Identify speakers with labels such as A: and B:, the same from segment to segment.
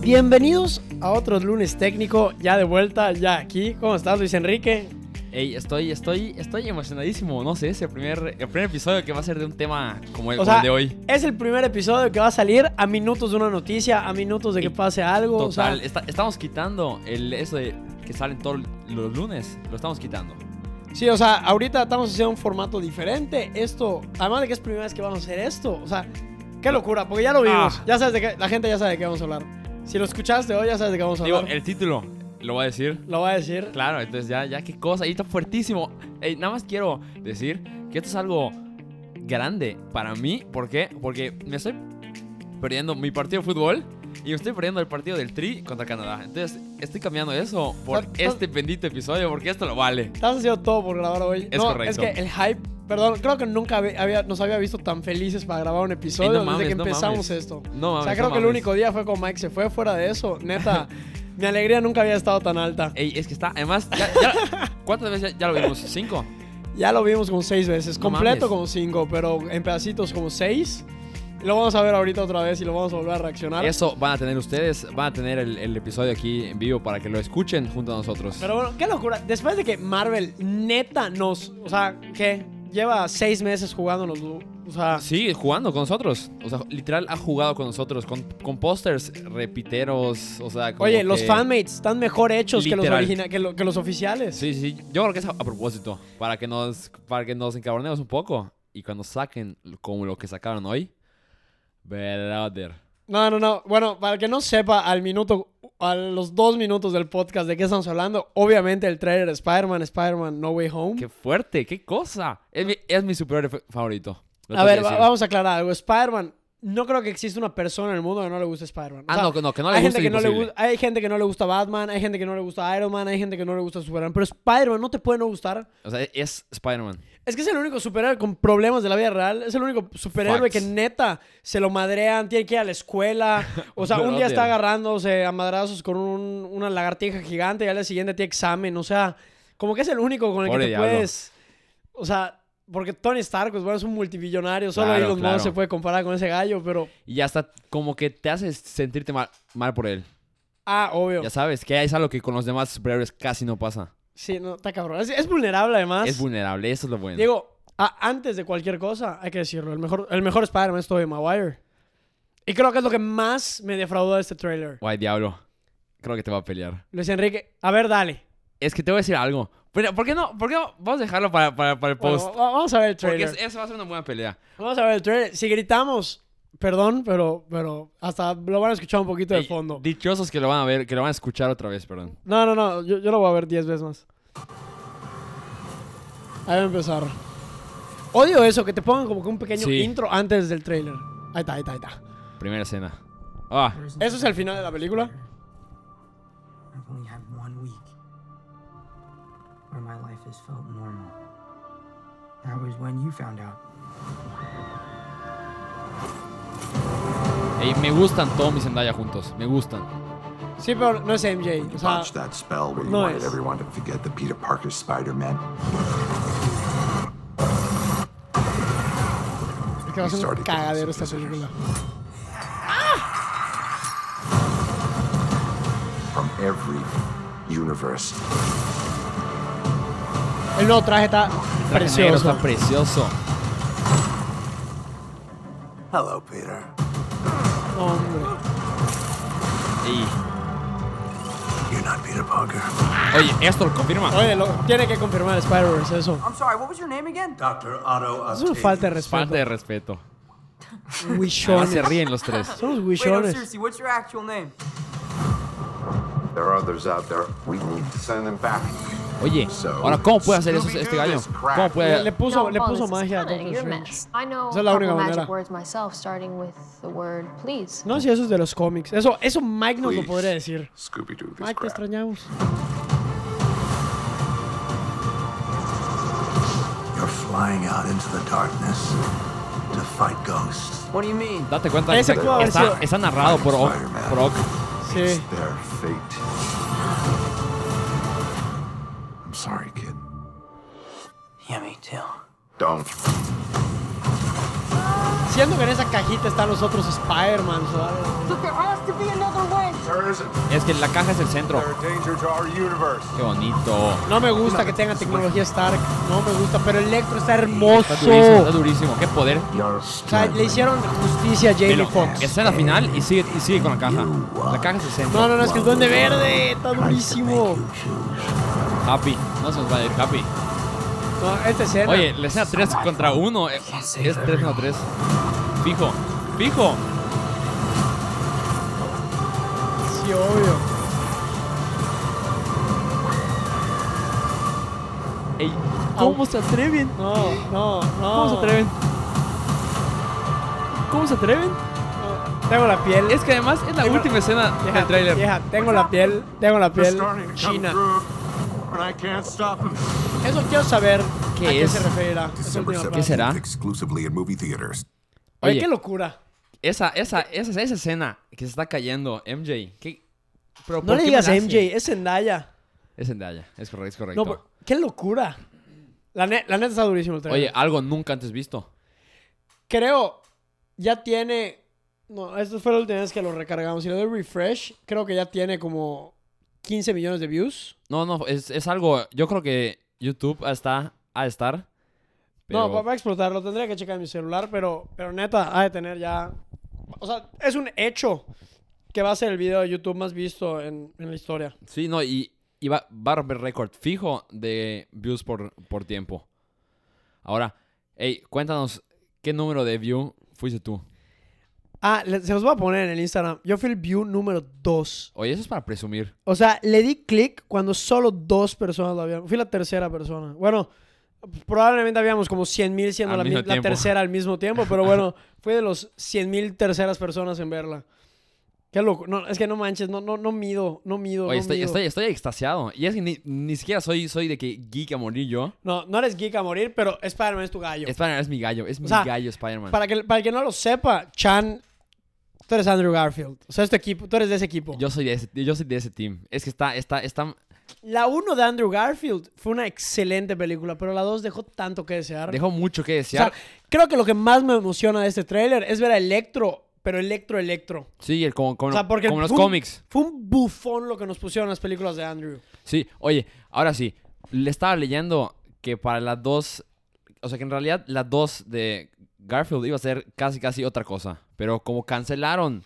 A: Bienvenidos a otro lunes técnico, ya de vuelta, ya aquí. ¿Cómo estás, Luis Enrique?
B: Ey, estoy, estoy, estoy emocionadísimo, no sé, es el primer, el primer episodio que va a ser de un tema como el,
A: O
B: como
A: sea,
B: el de hoy.
A: es el primer episodio que va a salir a minutos de una noticia, a minutos de que
B: Y-
A: pase algo. o sea,
B: Total, está- estamos quitando el eso de que salen todos los lunes, lo estamos quitando.
A: sí, o sea, ahorita estamos haciendo un formato diferente. Esto, además de que es primera vez que vamos a hacer esto, o sea, qué locura, porque ya lo vimos.
B: Ah.
A: Ya sabes de qué, la gente ya sabe de qué vamos a hablar. Si lo escuchaste hoy, ya sabes de qué vamos a
B: Digo,
A: hablar.
B: el título, lo voy a decir.
A: Lo voy a decir.
B: Claro, entonces ya, ya qué cosa, y está fuertísimo. Ey, nada más quiero decir que esto es algo grande para mí, ¿por qué? Porque me estoy perdiendo mi partido de fútbol y me estoy perdiendo el partido del Tri contra Canadá. Entonces, estoy cambiando eso por
A: Está- está-
B: este bendito episodio porque esto lo vale.
A: Estás haciendo todo por grabar hoy.
B: Es
A: no,
B: correcto.
A: Es que el hype, perdón, creo que nunca habe- había- nos había visto tan felices para grabar un episodio
B: Ey, no
A: desde
B: mames,
A: que
B: no
A: empezamos
B: mames.
A: esto.
B: No,
A: o sea,
B: mames,
A: creo
B: no
A: que el
B: mames.
A: único día fue con Mike se fue. Fuera de eso, neta, mi alegría nunca había estado tan alta.
B: Ey, es que está, además, ya- ya- ¿cuántas veces ya, ya lo vimos? ¿Cinco?
A: Ya lo vimos como seis veces,
B: No
A: completo
B: mames.
A: como cinco, pero en pedacitos como seis. Y Lo vamos a ver ahorita otra vez y lo vamos a volver a reaccionar.
B: Eso van a tener ustedes, van a tener el, el episodio aquí en vivo para que lo escuchen junto a nosotros.
A: Pero bueno, qué locura. Después de que Marvel neta nos, o sea, que lleva seis meses jugándonos, o sea,
B: Sí, jugando con nosotros. O sea, literal ha jugado con nosotros, con, con pósters repiteros, o sea... como
A: Oye, los
B: que-
A: fanmates están mejor hechos que los,
B: Literal.
A: origina- que, lo- que los oficiales.
B: Sí, sí, yo creo que es a, a propósito, para que, nos, para que nos encabronemos un poco y cuando saquen como lo que sacaron hoy, brother.
A: No, no, no. Bueno, para el que no sepa, al minuto, a los dos minutos del podcast de qué estamos hablando, obviamente el trailer de Spider-Man, Spider-Man No Way Home.
B: ¡Qué fuerte! ¡Qué cosa! Es mi, es mi superhéroe fa- favorito. lo
A: a
B: tengo
A: ver,
B: que
A: va-
B: decir.
A: vamos a aclarar algo. Spider-man, no creo que exista una persona en el mundo que no le guste Spider-Man. O
B: Ah,
A: sea,
B: no, que no, que no le
A: hay,
B: gusta
A: gente que no le
B: imposible.
A: gu- hay gente que no le gusta Batman, hay gente que no le gusta Iron Man, hay gente que no le gusta Superman. Pero Spider-Man no te puede no gustar.
B: O sea, es Spider-Man.
A: Es que es el único superhéroe con problemas de la vida real. Es el único superhéroe
B: Facts.
A: que neta se lo madrean, tiene que ir a la escuela. O sea, un día
B: Brother.
A: está agarrándose a madrazos con un- una lagartija gigante y al día siguiente tiene examen. O sea, como que es el único con el
B: Pobre
A: que te
B: diablo.
A: puedes. O sea, porque Tony Stark, pues bueno, es un multimillonario. Solo
B: Claro,
A: Elon
B: claro.
A: Musk se puede comparar con ese gallo, pero.
B: Y ya está, como que te hace sentirte mal, mal por él.
A: Ah, obvio.
B: Ya sabes, que es algo que con los demás superhéroes casi no pasa.
A: Sí, no, está cabrón. Es, es vulnerable además.
B: Es vulnerable, eso es lo bueno.
A: Diego, a- antes de cualquier cosa, hay que decirlo, el mejor, el mejor Spider-Man es Tobey Maguire. Y creo que es lo que más me defraudó de este tráiler.
B: Guay, diablo. Creo que te va a pelear.
A: Luis Enrique, a ver, dale.
B: Es que te voy a decir algo. Pero, ¿por qué no? ¿Por qué no? Vamos a dejarlo para, para, para el
A: Bueno,
B: post.
A: va- vamos a ver el
B: porque
A: tráiler.
B: es- eh, eso va a ser una buena pelea.
A: Vamos a ver el tráiler. Si gritamos, perdón, pero, pero hasta lo van a escuchar un poquito de
B: Ey,
A: fondo.
B: Dichosos que lo van a ver, que lo van a escuchar otra vez, perdón.
A: No, no, no, yo, yo lo voy a ver 10 veces más. Ahí va a empezar. Odio eso, que te pongan como que un pequeño
B: Sí.
A: intro antes del tráiler. Ahí está, ahí está, ahí está.
B: Primera escena. Ah,
A: ¿Eso es el final de la película?
C: I've only had one week where my life has felt normal. That was when you found out.
B: ey, me gustan Tom y Zendaya juntos. Me gustan.
A: Sí, pero no es MJ. O sea,
D: Watch that spell where you
A: no
D: wanted
A: es.
D: everyone to forget the Peter Parker Spider-Man.
A: Es que va a ser un
D: Sorry,
A: cagadero
D: Dios.
A: esta película.
D: From every universe.
A: El nuevo traje está
B: Traje negro,
A: precioso.
B: está precioso.
D: Hello, Peter.
A: Hombre.
B: Ey.
D: You're not Peter Parker.
B: Oye, esto lo confirma.
A: Oye, lo, tiene que confirmar Spider-Verse eso.
B: Ah,
C: I'm sorry, what was your name again?
D: Dr. Otto
A: Es una falta de
B: Falta
A: respeto.
B: de respeto. Además se
A: Wishones.
B: ríen los tres.
A: Son los
C: Wait, no,
A: wishones.
C: seriously, what's your actual name?
D: There are others out there. We need to send them back.
B: Oye, ahora, ¿cómo puede hacer eso este gallo? ¿Cómo
A: Le,
B: puede...?
A: le puso, le puso magia a
E: Doctor
A: Doctor Strange.
E: I know
A: Esa es la
E: a
A: única
E: couple
A: manera.
E: magic words myself, starting with the word please.
A: No, si eso es de los cómics. Eso, eso Mike nos lo
D: Please.
A: podría decir.
D: Scooby-Doo this
A: Mike, te
D: crap.
A: extrañamos.
D: You're flying out into the darkness to fight ghosts.
C: What do you mean?
B: Date cuenta
A: Ese
B: que
A: pudo haber sido-
B: está, está narrado por Ock.
D: Spider-Man.
B: por Ock.
A: Sí.
D: Their fate. I'm sorry, kid.
C: Yeah, me too.
D: Don't.
A: Siento que en esa cajita están los otros Spider-Man o algo.
F: But there has to be another way.
G: There isn't.
B: Es que la caja es el centro.
G: They're a danger to our universe.
B: Qué bonito.
A: No me gusta que tenga tecnología Stark. No me gusta, pero Electro está
B: Está durísimo, está
A: hermoso.
B: durísimo. Qué poder.
D: Your
A: O sea,
D: strength
A: le hicieron justicia a Jamie
B: Velo.
A: Foxx.
B: Está en la final y sigue, y sigue con la caja. La caja es el centro.
A: No, no, no, es que el Duende Verde está
D: tries to make
A: durísimo.
D: you choose.
B: Happy. No se nos va a ir Happy.
A: No, esta escena.
B: Oye, la escena 3 contra 1. eh, Es 3 contra 3. Fijo. Fijo.
A: Sí, obvio.
B: Ey, ¿Cómo se atreven?
A: No, no, no.
B: ¿Cómo se atreven? ¿Cómo se atreven?
A: No, Tengo la piel.
B: Es que además es la última escena del
A: Vieja,
B: tráiler.
A: vieja, tengo la piel, tengo la
G: They're
A: piel
G: starting to come
A: china.
G: through, and I can't stop them.
A: Eso quiero saber
B: ¿Qué
A: a qué
B: es?
A: se referirá. esa última
B: ¿Qué
A: frase.
B: será?
H: exclusively in movie theaters.
A: Oye,
B: Oye.
A: qué locura.
B: Esa, esa, esa, esa escena que se está cayendo, MJ. ¿qué? pero
A: No
B: ¿por
A: le
B: qué
A: digas
B: me la hace?
A: MJ, es Zendaya.
B: Es Zendaya, es correcto, es correcto.
A: No, pero, qué locura. La, ne- la neta está durísimo el trailer.
B: Oye, algo nunca antes visto.
A: creo ya tiene. No, esto fue la última vez que lo recargamos. Si le doy refresh, creo que ya tiene como 15 millones de views.
B: No, no, es, es algo. Yo creo que YouTube está a estar. Pero,
A: No, va- va a explotar. Lo tendría que checar en mi celular, pero, pero neta, ha de tener ya. O sea, es un hecho que va a ser el video de YouTube más visto en, en la historia.
B: Sí, no, y, y va, va a romper récord fijo de views por, por tiempo. Ahora, hey, cuéntanos, ¿qué número de view fuiste tú?
A: Ah, le- se los voy a poner en el Instagram. Yo fui el view número 2.
B: Oye, eso es para presumir.
A: O sea, le di clic cuando solo dos personas lo habían. Fui la tercera persona. Bueno, probablemente habíamos como 100 mil siendo
B: Al
A: la, mi-
B: mismo
A: la
B: tiempo.
A: tercera al mismo tiempo, pero bueno, fui de los 100 mil terceras personas en verla. Qué loco. No, es que no manches, no, no, no mido, no mido.
B: Oye,
A: no
B: estoy,
A: mido.
B: estoy, estoy extasiado. Y es que ni, ni siquiera soy, soy de que geek a morir yo.
A: No, no eres geek a morir, pero Spider-Man es tu gallo.
B: Spider-Man es mi gallo, es mi
A: sea,
B: gallo Spider-Man.
A: Para que, para el que no lo sepa, Chan, tú eres Andrew Garfield. O sea, es tu equipo, tú eres de ese equipo.
B: Yo soy de ese, yo soy de ese team. Es que está, está, está.
A: La 1 de Andrew Garfield fue una excelente película, pero la 2 dejó tanto que desear.
B: Dejó mucho que
A: o sea,
B: desear.
A: creo que lo que más me emociona de este tráiler es ver a Electro, pero Electro, Electro.
B: sí, el- como, como,
A: O sea, porque
B: como los
A: fue un-
B: cómics.
A: Fue un bufón lo que nos pusieron las películas de Andrew.
B: Sí, oye, ahora sí, le estaba leyendo que para las dos, o sea que en realidad las dos de Garfield iba a ser casi casi otra cosa, pero como cancelaron,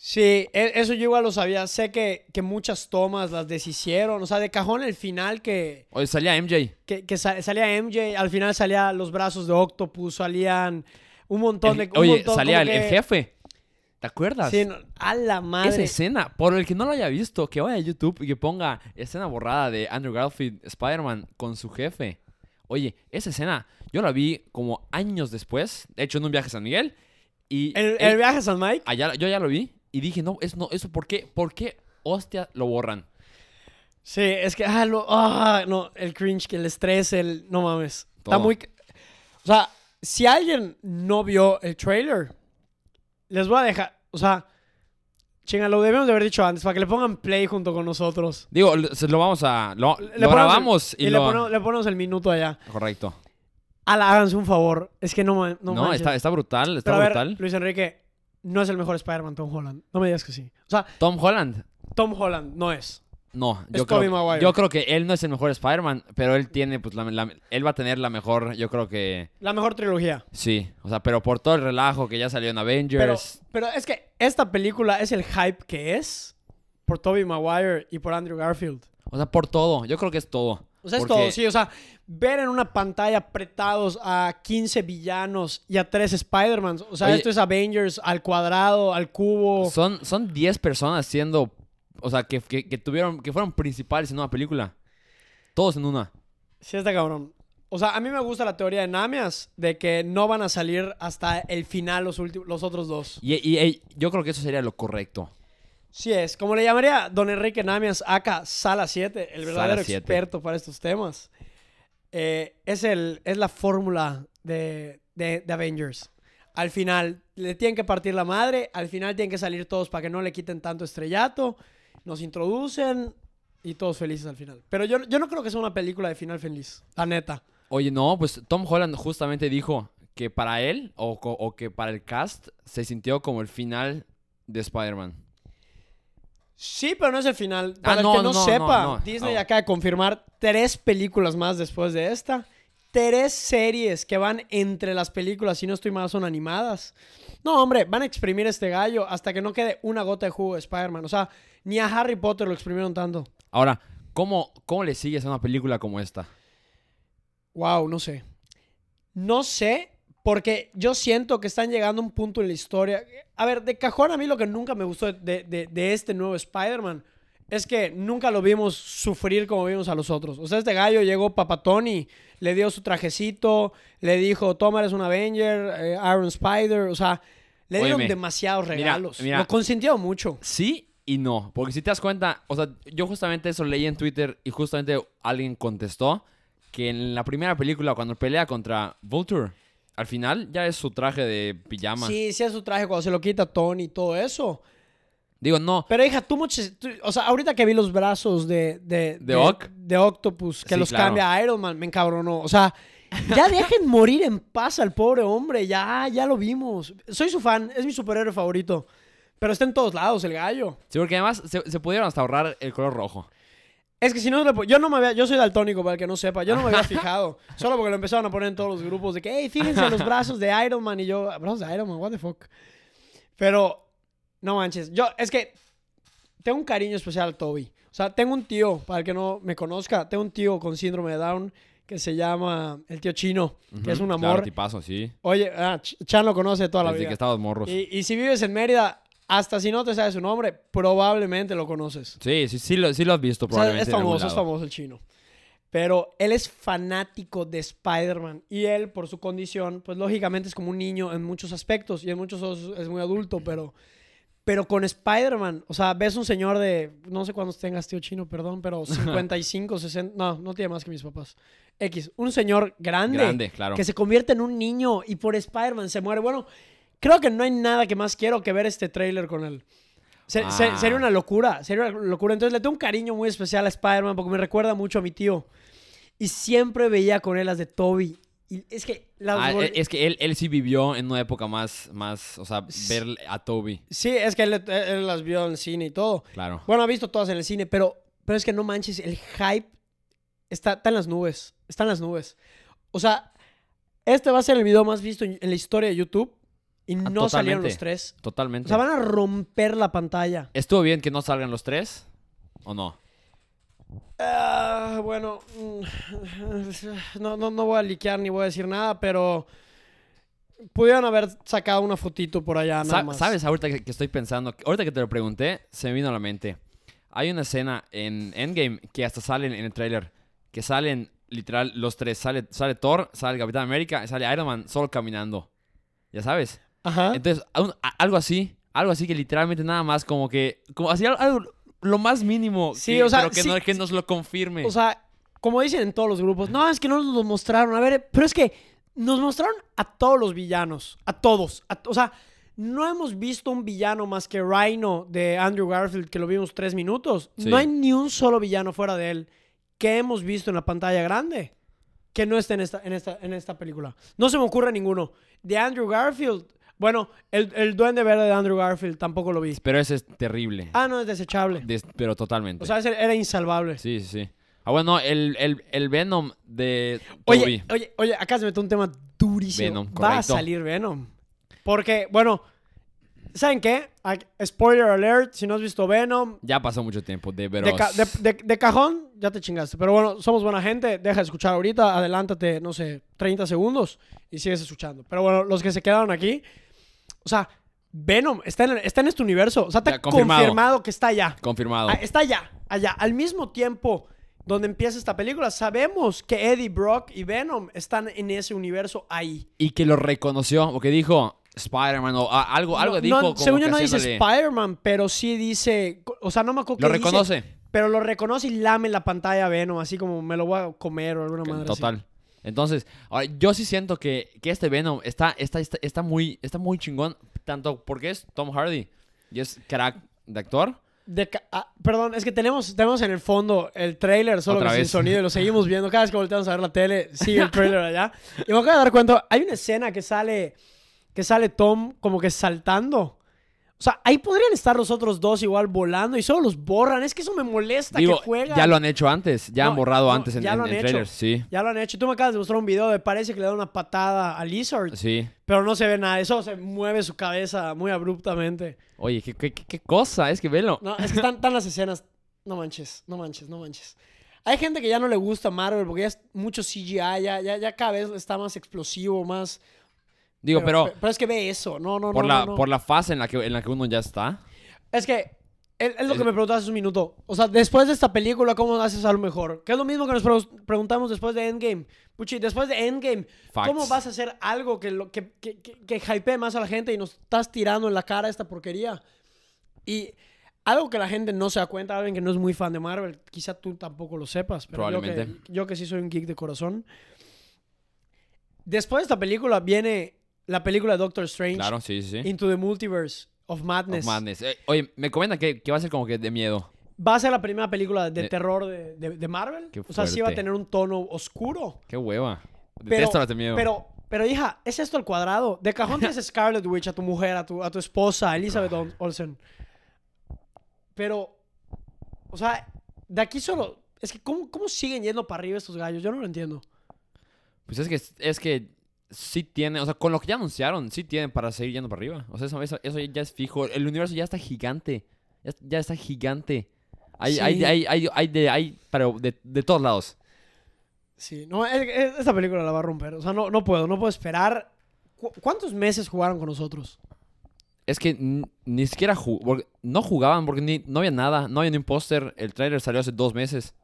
A: Sí, e- eso yo igual lo sabía. Sé que, que muchas tomas las deshicieron. O sea, de cajón el final que,
B: oye, salía MJ,
A: que, que sa- salía MJ, al final salía los brazos de Octopus, salían un montón
B: el-
A: de... un
B: oye,
A: montón
B: salía el,
A: como
B: el
A: que-
B: jefe, ¿te acuerdas?
A: Sí, no, a la madre.
B: Esa escena, por el que no lo haya visto, que vaya a YouTube y que ponga escena borrada de Andrew Garfield Spider-Man con su jefe. Oye, esa escena yo la vi como años después, de hecho en un viaje a San Miguel. Y
A: El,
B: él-
A: el viaje a San Mike.
B: Allá, yo ya lo vi y dije, no, eso no, eso por qué, por qué hostia lo borran.
A: Sí, es que, ah, lo- ah, no, el cringe, que el estrés, el, no mames. Está
B: Todo.
A: muy... c- O sea, si alguien no vio el trailer, les voy a dejar, o sea, chinga, lo debemos de haber dicho antes, para que le pongan play junto con nosotros.
B: Digo, lo, se lo vamos a. Lo,
A: Le ponemos el-
B: lo grabamos y,
A: le
B: lo.
A: ponemos- le ponemos el minuto allá.
B: Correcto.
A: Ala, háganse un favor, es que no, ma- no,
B: No,
A: manches.
B: está, está brutal, está
A: Pero a ver,
B: brutal.
A: Luis Enrique, no es el mejor Spider-Man Tom Holland. No me digas que sí. O sea,
B: Tom Holland.
A: Tom Holland no es.
B: No,
A: Es
B: yo
A: Tobey
B: creo,
A: Maguire.
B: yo creo que él no es el mejor Spider-Man, pero él tiene, pues, la, la- él va a tener la mejor, yo creo que
A: La mejor trilogía.
B: sí. O sea, pero por todo el relajo que ya salió en
A: Pero,
B: Avengers.
A: pero es que esta película es el hype que es por Tobey Maguire y por Andrew Garfield.
B: o sea, por todo. Yo creo que es todo.
A: O sea, es
B: Porque-
A: todo, sí. O sea, ver en una pantalla apretados a 15 villanos y a 3 Spider-Mans. O sea,
B: Oye.
A: esto es Avengers al cuadrado, al cubo.
B: Son, son 10 personas siendo. O sea, que, que- que tuvieron. Que fueron principales en una película. Todos en una.
A: Sí, está cabrón. O sea, a mí me gusta la teoría de Namias de que no van a salir hasta el final los, últimos, los otros dos.
B: Y, y- y yo creo que eso sería lo correcto.
A: Sí es, como le llamaría Don Enrique Namias, acá Sala 7, el verdadero
B: Sala 7.
A: experto para estos temas. Eh, es, el, es la fórmula de, de- de Avengers. Al final le tienen que partir la madre, al final tienen que salir todos para que no le quiten tanto estrellato, nos introducen y todos felices al final. Pero yo, yo no creo que sea una película de final feliz, la neta.
B: Oye, no, pues Tom Holland justamente dijo que para él o, co- o que para el cast se sintió como el final de Spider-Man.
A: Sí, pero no es el final. Para
B: Ah, no,
A: el que no,
B: no, no,
A: sepa,
B: no.
A: Disney
B: Ah.
A: acaba de confirmar tres películas más después de esta. Tres series que van entre las películas, si no estoy mal, son animadas. No, hombre, van a exprimir este gallo hasta que no quede una gota de jugo de Spider-Man. O sea, ni a Harry Potter lo exprimieron tanto.
B: Ahora, ¿cómo, cómo le sigues a una película como esta?
A: Wow, no sé. No sé, porque yo siento que están llegando a un punto en la historia. A ver, de cajón a mí lo que nunca me gustó de, de- de este nuevo Spider-Man es que nunca lo vimos sufrir como vimos a los otros. O sea, este gallo llegó Papa Tony, le dio su trajecito, le dijo, toma, eres un Avenger, eh, Iron Spider, o sea, le dieron
B: Óyeme,
A: demasiados
B: mira,
A: regalos.
B: mira.
A: Lo consintió mucho.
B: Sí y no. Porque si te das cuenta, o sea, yo justamente eso leí en Twitter y justamente alguien contestó que en la primera película, cuando pelea contra Vulture, al final ya es su traje de pijama.
A: Sí, sí es su traje cuando se lo quita Tony y todo eso.
B: Digo, no.
A: Pero hija, tú muchas... tú- o sea, ahorita que vi los brazos de... De,
B: ¿De Oc?
A: de Octopus, que
B: Sí,
A: los
B: claro.
A: cambia a Iron Man, me encabronó. O sea, ya dejen morir en paz al pobre hombre, ya, ya lo vimos. Soy su fan, es mi superhéroe favorito. Pero está en todos lados el gallo.
B: Sí, porque además se, se pudieron hasta ahorrar el color rojo.
A: Es que si no, le po- yo no me había, yo soy daltónico para el que no sepa, yo no me había fijado. Solo porque lo empezaron a poner en todos los grupos de que, hey, fíjense en los brazos de Iron Man y yo, brazos de Iron Man, what the fuck. Pero, no manches, yo, es que tengo un cariño especial a Toby. O sea, tengo un tío, para el que no me conozca, tengo un tío con síndrome de Down que se llama el tío chino, que es un
B: Claro,
A: amor.
B: tipazo, sí.
A: Oye, ah, Ch- Chan lo conoce de toda la
B: Desde
A: vida.
B: que estabas morros.
A: Y, y si vives en Mérida, hasta si no te sabes su nombre, probablemente lo conoces.
B: Sí, sí, sí lo, sí lo has visto
A: O sea,
B: probablemente.
A: es
B: en algún
A: famoso, es
B: lado.
A: famoso el chino. Pero él es fanático de Spider-Man y él, por su condición, pues lógicamente es como un niño en muchos aspectos y en muchos otros es muy adulto, pero, pero con Spider-Man, o sea, ves un señor de, no sé cuántos tengas, tío chino, perdón, pero 55, 60, no, no tiene más que mis papás. X, un señor grande,
B: Grande, claro.
A: que se convierte en un niño y por Spider-Man se muere. Bueno, creo que no hay nada que más quiero que ver este tráiler con él. Se- se-
B: Ah.
A: sería una locura, sería una locura. Entonces le tengo un cariño muy especial a Spider-Man porque me recuerda mucho a mi tío. Y siempre veía con él las de Toby. Y es que las
B: Ah,
A: vol-
B: e- es que él, él sí vivió en una época más, más, o sea, ver a Toby.
A: Sí, es que él, él las vio en el cine y todo.
B: Claro.
A: Bueno, ha visto todas en el cine, pero, pero es que no manches, el hype está, está en las nubes. Está en las nubes. O sea, este va a ser el video más visto en, en la historia de YouTube y no salieron
B: Ah, totalmente.
A: los tres. O
B: Totalmente.
A: sea, van a romper la pantalla.
B: ¿Estuvo bien que no salgan los tres? ¿O no?
A: Ah, bueno, mm, no, no, no voy a liquear ni voy a decir nada, pero pudieron haber sacado una fotito por allá Ah, nada
B: Sa-
A: más.
B: ¿Sabes? Ahorita que, que estoy pensando, ahorita que te lo pregunté, se me vino a la mente. Hay una escena en Endgame que hasta salen en el tráiler, que salen literal los tres. Sale, sale Thor, sale Capitán América, y sale Iron Man solo caminando. Ya sabes.
A: Ajá.
B: Entonces, a un- a- algo así, algo así que literalmente nada más como que, como así algo, algo- lo más mínimo.
A: Sí,
B: que-
A: o sea,
B: pero que,
A: sí,
B: no, que nos lo confirme.
A: O sea, como dicen en todos los grupos, no, es que no nos los mostraron. A ver, pero es que nos mostraron a todos los villanos, a todos. a- o sea, no hemos visto un villano más que Rhino de Andrew Garfield, que lo vimos tres minutos.
B: Sí.
A: No hay ni un solo villano fuera de él que hemos visto en la pantalla grande que no esté en esta, en esta, en esta película. No se me ocurre ninguno. De Andrew Garfield, bueno, el, el duende verde de Andrew Garfield tampoco lo vi.
B: pero ese es terrible.
A: Ah, no, es desechable.
B: Des- pero totalmente.
A: O sea, ese era insalvable.
B: sí, sí, sí. Ah, bueno, el, el, el Venom de Toby.
A: Oye, eh, oye, oye, acá se mete un tema durísimo.
B: Venom,
A: Va a
B: correcto.
A: salir Venom. Porque, bueno, ¿saben qué? A- Spoiler alert, si no has visto Venom,
B: Ya pasó mucho tiempo, de veros.
A: de, ca- de- de- de cajón ya te chingaste. Pero bueno, somos buena gente, deja de escuchar ahorita, adelántate, no sé, 30 segundos y sigues escuchando. Pero bueno, los que se quedaron aquí, o sea, Venom está en, está en este universo. O sea, está
B: Ya, confirmado.
A: confirmado que está allá.
B: Confirmado.
A: Ah, está allá, allá. Al mismo tiempo donde empieza esta película, sabemos que Eddie Brock y Venom están en ese universo ahí.
B: Y que lo reconoció, porque dijo Spider-Man o ah, algo, algo
A: No-
B: dijo.
A: no,
B: como
A: según
B: que
A: yo no dice
B: haciéndole-
A: Spider-Man, pero sí dice. O sea, no me acuerdo
B: Lo
A: qué dice,
B: reconoce.
A: pero lo reconoce y lame la pantalla a Venom, así como me lo voy a comer o alguna madre. así.
B: Total. Entonces, ahora, yo sí siento que, que este Venom está, está, está, está muy, está muy chingón, tanto porque es Tom Hardy y es crack de actor,
A: de ca- ah, perdón, es que tenemos, tenemos en el fondo el trailer, solo
B: Otra
A: que sin
B: vez.
A: sonido, y lo seguimos viendo. Cada vez que volteamos a ver la tele, sigue el trailer allá. Y me acabo de dar cuenta, hay una escena que sale, que sale Tom como que saltando. O sea, ahí podrían estar los otros dos igual volando y solo los borran. Es que eso me molesta
B: Digo,
A: que juegan.
B: ya lo han hecho antes, ya han
A: No,
B: borrado
A: no,
B: antes en,
A: ya
B: en-
A: lo han
B: en
A: hecho.
B: trailers, sí.
A: Ya lo han hecho. Tú me acabas de mostrar un video de parece que le da una patada a Lizard,
B: Sí.
A: pero no se ve nada. Eso se mueve su cabeza muy abruptamente.
B: Oye, qué, qué- qué- qué cosa, es que velo.
A: No, es que están, están las escenas. No manches, no manches, no manches. Hay gente que ya no le gusta Marvel porque ya es mucho CGI, ya, ya, ya cada vez está más explosivo, más.
B: Digo, pero,
A: es que ve eso. No, no,
B: por,
A: no,
B: la,
A: no, no.
B: por la fase en la, que, en la que uno ya está.
A: Es que. Es, es lo que
B: Es-
A: me preguntaste hace un minuto. O sea, después de esta película, ¿cómo haces algo mejor? Que es lo mismo que nos pre- preguntamos después de Endgame. Puchi, después de Endgame, ¿cómo
B: Facts.
A: vas a hacer algo que, lo, que, que, que, que hypee más a la gente y nos estás tirando en la cara esta porquería? Y algo que la gente no se da cuenta, alguien que no es muy fan de Marvel, quizá tú tampoco lo sepas, pero Yo,
B: Probablemente.
A: que, yo que sí soy un geek de corazón. Después de esta película viene la película de Doctor Strange,
B: Claro, sí, sí. sí.
A: Into the Multiverse of
B: Of
A: Madness.
B: Madness. Eh, oye, me comenta que, que va a ser como que de miedo.
A: Va a ser la primera película de
B: Eh.
A: terror de, de- de Marvel.
B: Qué
A: O sea, sí va a
B: fuerte.
A: tener un tono oscuro.
B: Qué hueva.
A: Pero,
B: Detesto las de miedo.
A: pero, pero, hija, ¿es esto al cuadrado? De cajón tienes a Scarlet Witch, a tu mujer, a tu, a tu esposa, a Elizabeth Ol- Olsen. Pero, o sea, de aquí solo... Es que, ¿cómo, ¿cómo siguen yendo para arriba estos gallos? Yo no lo entiendo.
B: Pues es que, es que sí tiene, o sea, con lo que ya anunciaron, sí tienen para seguir yendo para arriba. O sea, eso, eso, eso ya es fijo. El universo ya está gigante. Ya, ya está gigante. Hay,
A: Sí.
B: hay, hay, hay, hay de, hay, pero de, de todos lados.
A: Sí, no, es- es- esta película la va a romper. O sea, no, no puedo, no puedo esperar. ¿Cu- ¿Cuántos meses jugaron con nosotros?
B: Es que n- ni siquiera ju- porque no jugaban porque ni, no había nada, no había ni un póster. El tráiler salió hace dos meses.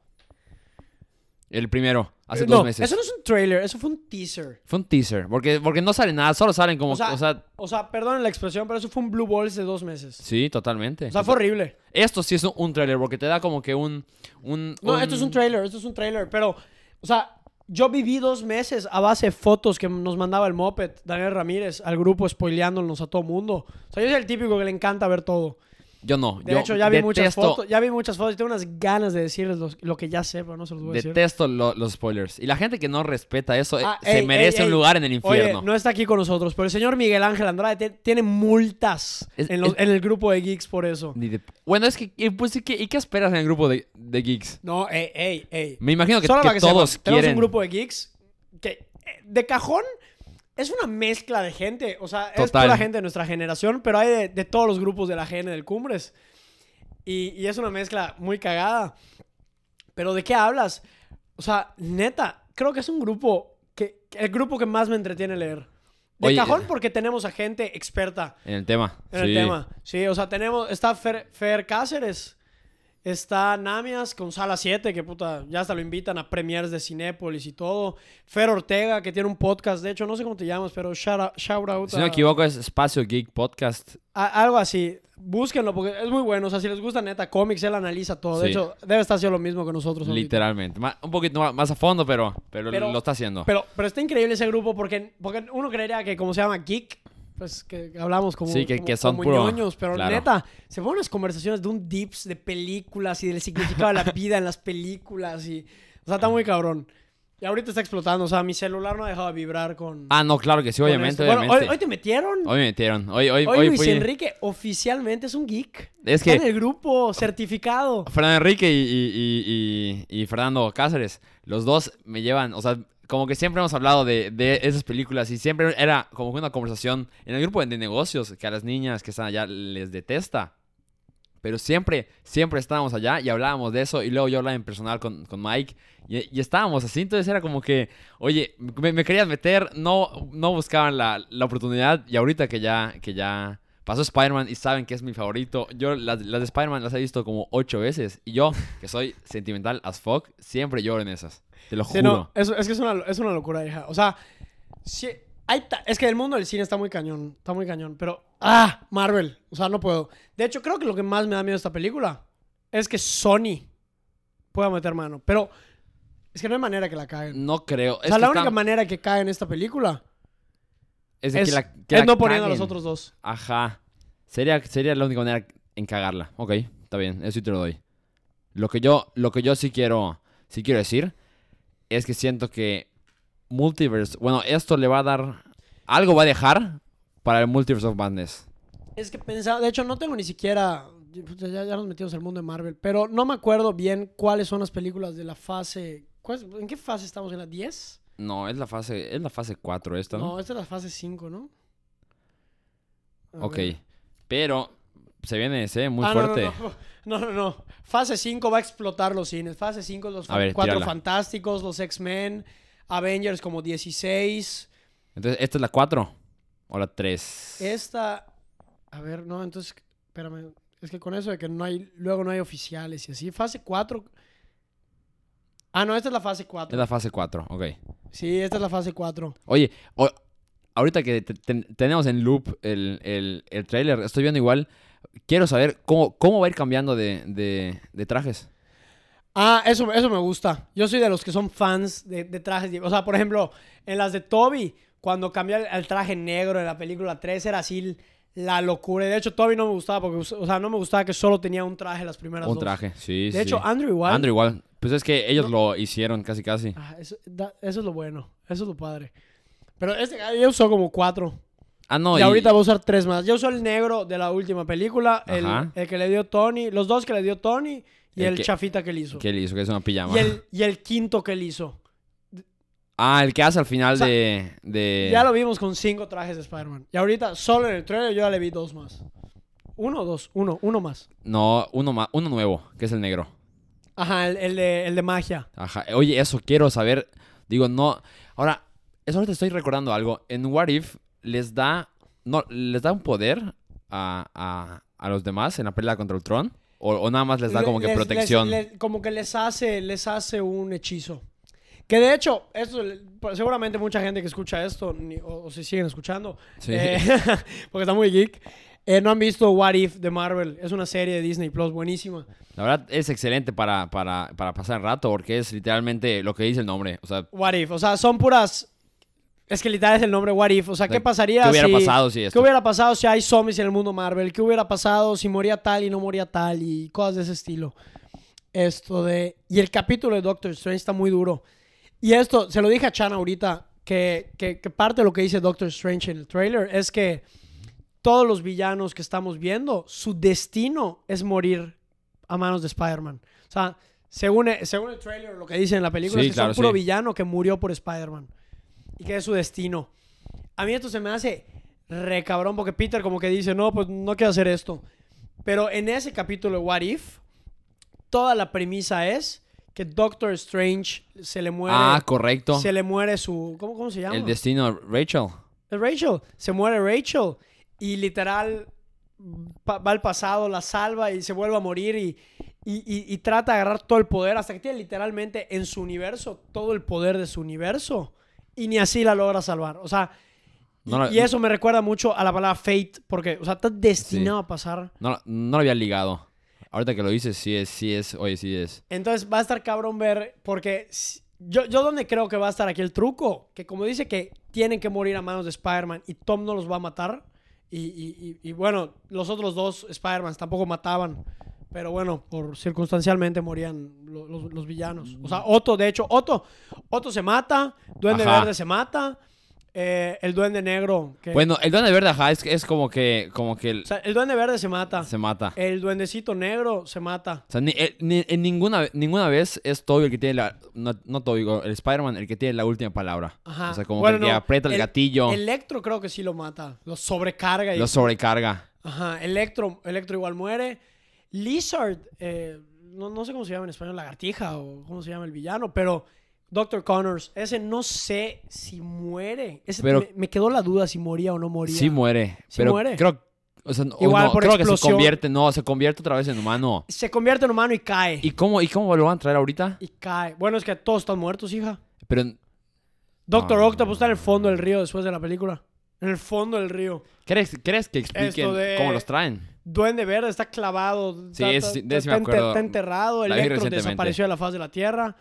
B: El primero, hace
A: Eh,
B: dos
A: no,
B: meses.
A: Eso no es un trailer, eso fue un teaser.
B: Fue un teaser, porque, porque no sale nada, solo salen como...
A: O sea,
B: o sea,
A: O sea, perdonen la expresión, pero eso fue un Blue Balls de dos meses.
B: sí, totalmente.
A: O sea, fue horrible.
B: Esto sí es un, un tráiler, porque te da como que un... un
A: No, esto es un trailer, esto es un trailer, pero, o sea, yo viví dos meses a base de fotos que nos mandaba el moped, Daniel Ramírez, al grupo, spoileándonos a todo mundo. O sea, yo soy el típico que le encanta ver todo.
B: Yo no.
A: De
B: yo
A: hecho, ya vi muchas
B: detesto-
A: fotos, ya vi muchas fotos y tengo unas ganas de decirles los- lo que ya sé, pero no se los voy a decir.
B: Detesto lo- los spoilers. Y la gente que no respeta eso eh,
A: Ah,
B: se
A: ey,
B: merece
A: ey,
B: un
A: ey.
B: lugar en el infierno.
A: Oye, no está aquí con nosotros, pero el señor Miguel Ángel Andrade te- tiene multas
B: Es-
A: en, los-
B: es-
A: en el grupo de geeks por eso.
B: Ni de- Bueno, es que... eh, pues, ¿y, qué, y qué esperas en el grupo de, de geeks?
A: No, ey, ey, ey.
B: Me imagino que,
A: Solo
B: que
A: para que
B: todos
A: sepan,
B: quieren...
A: Tenemos un grupo de geeks que eh, de cajón es una mezcla de gente. O sea, es
B: Total.
A: pura gente de nuestra generación, pero hay de, de todos los grupos de la GN del Cumbres. Y, y es una mezcla muy cagada. Pero ¿de qué hablas? O sea, neta, creo que es un grupo que que- el grupo que más me entretiene leer. De
B: Oye,
A: cajón
B: eh.
A: porque tenemos a gente experta
B: En el tema.
A: en
B: sí.
A: el tema. Sí, o sea, tenemos. Está Fer, Fer Cáceres. Está Namias con Sala 7, que puta, ya hasta lo invitan a premiers de Cinépolis y todo. Fer Ortega, que tiene un podcast, de hecho, no sé cómo te llamas, pero shout out. shout out
B: Si no me
A: a-
B: equivoco, es Espacio Geek Podcast.
A: a- algo así. Búsquenlo porque es muy bueno. O sea, si les gusta neta cómics, él analiza todo. De
B: Sí.
A: hecho, debe estar haciendo lo mismo que nosotros. ahorita.
B: Literalmente. Ma- un poquito ma- más a fondo, pero, pero,
A: Pero-
B: lo está haciendo.
A: Pero, pero está increíble ese grupo porque, porque uno creería que como se llama geek, pues que hablamos como,
B: Sí, que-
A: como-
B: que son
A: como
B: puro-
A: ñoños, pero
B: claro.
A: neta, se ponen unas conversaciones de un dips de películas y del significado de la vida en las películas y... O sea, está muy cabrón. Y ahorita está explotando, o sea, mi celular no ha dejado de vibrar con...
B: ah, no, claro que sí,
A: con
B: obviamente.
A: esto. Bueno,
B: obviamente.
A: hoy, hoy te metieron. Hoy,
B: Hoy me metieron. Hoy, hoy, hoy,
A: Luis
B: fui.
A: Enrique oficialmente es un geek.
B: Es que-
A: Está en el grupo certificado.
B: Fernando Enrique y, y- y- y- y Fernando Cáceres. Los dos me llevan. O sea, como que siempre hemos hablado de, de esas películas y siempre era como que una conversación en el grupo de, de negocios que a las niñas que están allá les detesta. Pero siempre, siempre estábamos allá y hablábamos de eso. Y luego yo hablaba en personal con, con Mike y, y estábamos así. Entonces era como que, oye, me, me querías meter, no, no buscaban la, la oportunidad. Y ahorita que ya, que ya pasó Spider-Man y saben que es mi favorito, yo las, las de Spider-Man las he visto como ocho veces. Y yo, que soy sentimental as fuck, siempre lloro en esas. Te lo
A: Sí,
B: juro.
A: no, es, es que es una, es una locura, hija. O sea, sí, hay ta- es que el mundo del cine está muy cañón, está muy cañón, pero ah, Marvel, o sea, no puedo. De hecho, creo que lo que más me da miedo de esta película es que Sony pueda meter mano, pero es que no hay manera que la caguen.
B: No creo.
A: o sea, la única manera que cae en esta película
B: es, de
A: es,
B: que la- que
A: es
B: la
A: no poniendo a los
B: caguen.
A: otros dos.
B: Ajá. Sería, sería la única manera en cagarla. Ok. está bien, eso sí te lo doy. Lo que yo, lo que yo sí quiero, sí quiero decir es que siento que Multiverse, bueno, esto le va a dar, algo va a dejar para el Multiverse of Madness.
A: Es que pensaba, de hecho no tengo ni siquiera, ya, ya nos metimos al mundo de Marvel, pero no me acuerdo bien cuáles son las películas de la fase, ¿cuál es- ¿en qué fase estamos? ¿En la 10?
B: No, es la fase, es la fase 4 esta, ¿no?
A: No, esta es la fase 5, ¿no? A
B: ok.
A: ver.
B: Pero se viene ese muy
A: Ah, no, no,
B: fuerte.
A: No, no, no, no. Fase 5 va a explotar los cines. Fase 5 los
B: A ver,
A: cuatro
B: tírala.
A: fantásticos, los X-Men, Avengers como 16.
B: Entonces, ¿esta es la 4 o la 3?
A: Esta. A ver, no, entonces. Espérame. Es que con eso de que no hay. Luego no hay oficiales y así. Fase 4. Ah, no, esta es la fase 4.
B: Es la fase 4, ok.
A: Sí, esta es la fase 4.
B: Oye, o- ahorita que te- ten- tenemos en loop el, el, el trailer, estoy viendo igual. Quiero saber cómo, cómo va a ir cambiando de, de, de trajes.
A: Ah, eso, eso me gusta. Yo soy de los que son fans de, de trajes. O sea, por ejemplo, en las de Toby, cuando cambió el, el traje negro de la película 3, era así la locura. Y de hecho, Toby no me gustaba porque, us- o sea, no me gustaba que solo tenía un traje las primeras
B: Un
A: dos.
B: traje, sí,
A: De
B: sí.
A: hecho, Andrew igual.
B: Andrew igual. Pues es que ellos lo hicieron casi, casi.
A: Ah, eso, da- eso es lo bueno. Eso es lo padre. Pero este gallo ya usó como cuatro.
B: Ah, no,
A: y ahorita va a usar tres más. Yo usó el negro de la última película, el,
B: Ajá.
A: el que le dio Tony, los dos que le dio Tony y
B: El
A: el,
B: que-
A: chafita que le hizo.
B: Que él hizo, que es una pijama.
A: Y el, y el quinto que le hizo.
B: Ah, el que hace al final
A: O sea,
B: de, de-
A: Ya lo vimos con cinco trajes de Spider-Man. Y ahorita, solo en el trailer, yo ya le vi dos más. Uno o dos, uno, uno más.
B: No, uno, ma- uno nuevo, que es el negro.
A: Ajá, el, el de, el de magia.
B: Ajá. Oye, eso quiero saber. Digo, no. Ahora, eso ahorita estoy recordando algo. En What If les da. No, les da un poder a, a- a los demás en la pelea contra Ultron. O, o nada más les da como que
A: Les- les-
B: protección.
A: les- como que les hace, les hace un hechizo. Que de hecho, esto, pues, seguramente mucha gente que escucha esto, ni- o, o si siguen escuchando,
B: Sí.
A: eh, porque está muy geek, eh, no han visto What If de Marvel. Es una serie de Disney Plus buenísima.
B: La verdad es excelente para, para, para pasar el rato porque es literalmente lo que dice el nombre. O sea,
A: What If, o sea, son puras... Es que literal es el nombre What If. O sea,
B: De-
A: ¿qué pasaría
B: ¿qué hubiera
A: si...
B: pasado si esto?
A: ¿Qué hubiera pasado si hay zombies en el mundo Marvel? ¿Qué hubiera pasado si moría tal y no moría tal? Y cosas de ese estilo. Esto de... Y el capítulo de Doctor Strange está muy duro. Y esto, se lo dije a Chan ahorita, que, que- que parte de lo que dice Doctor Strange en el trailer es que todos los villanos que estamos viendo, su destino es morir a manos de Spider-Man. O sea, según, según el trailer, lo que dice en la película
B: Sí,
A: es que
B: claro,
A: es un puro
B: sí.
A: villano que murió por Spider-Man. Y que es su destino. A mí esto se me hace re cabrón porque Peter como que dice, no, pues no quiero hacer esto. Pero en ese capítulo de What If, toda la premisa es que Doctor Strange se le muere...
B: ah, correcto.
A: Se le muere su... ¿Cómo, cómo se llama?
B: El destino de Rachel.
A: Es Rachel. Se muere Rachel. Y literal pa- va al pasado, la salva y se vuelve a morir y, y- y- y trata de agarrar todo el poder hasta que tiene literalmente en su universo todo el poder de su universo. Y ni así la logra salvar. O sea,
B: No
A: y-
B: la-
A: y eso me recuerda mucho a la palabra fate porque, o sea, está destinado
B: Sí.
A: a pasar.
B: No, la- no lo había ligado. Ahorita que lo dices, sí es, sí es. Oye, sí es.
A: Entonces va a estar cabrón ver, porque si- yo, yo donde creo que va a estar aquí el truco, que como dice que tienen que morir a manos de Spider-Man y Tom no los va a matar, y, y- y- y bueno, los otros dos Spider-Man tampoco mataban, pero bueno, por circunstancialmente morían lo- los, los villanos. O sea, Otto, de hecho, Otto, Otto se mata, Duende
B: Ajá.
A: Verde se mata, eh, el Duende Negro, que,
B: Bueno, el Duende Verde, ajá, es, es como que, como que el-
A: o sea, el Duende Verde se mata,
B: se mata.
A: el Duendecito Negro se mata.
B: O sea, ni- eh, ni- en ninguna, ninguna vez es Toby el que tiene la... No, no Toby, el Spider-Man el que tiene la última palabra.
A: Ajá.
B: O sea, como
A: Bueno,
B: que, el que
A: no,
B: aprieta el, gatillo,
A: Electro creo que sí lo mata. Lo sobrecarga. Y,
B: lo sobrecarga.
A: Ajá. Electro, Electro igual muere. Lizard, eh, no, no sé cómo se llama en español, lagartija o cómo se llama el villano, pero Dr. Connors, ese no sé si muere. Ese
B: Pero-
A: me, me quedó la duda si moría o no moría.
B: Sí muere.
A: Sí
B: pero
A: muere.
B: creo... O sea, no-
A: Igual
B: no,
A: por
B: creo que se
A: explosión.
B: convierte, no, se convierte otra vez en humano.
A: Se convierte en humano y cae.
B: ¿Y
A: Y,
B: cómo, ¿Y cómo lo van a traer ahorita?
A: cae. Bueno, es que todos están muertos, hija.
B: Pero,
A: Doctor
B: Ah.
A: Octopus está en el fondo del río después de la película. En el fondo del río.
B: ¿crees, ¿crees que expliquen
A: Esto de-
B: cómo los traen?
A: Duende Verde está clavado.
B: Sí,
A: está-
B: es-
A: está-
B: de ese me
A: está enter-
B: acuerdo.
A: está enterrado.
B: La vi
A: Electro
B: recientemente.
A: desapareció de la faz de la tierra.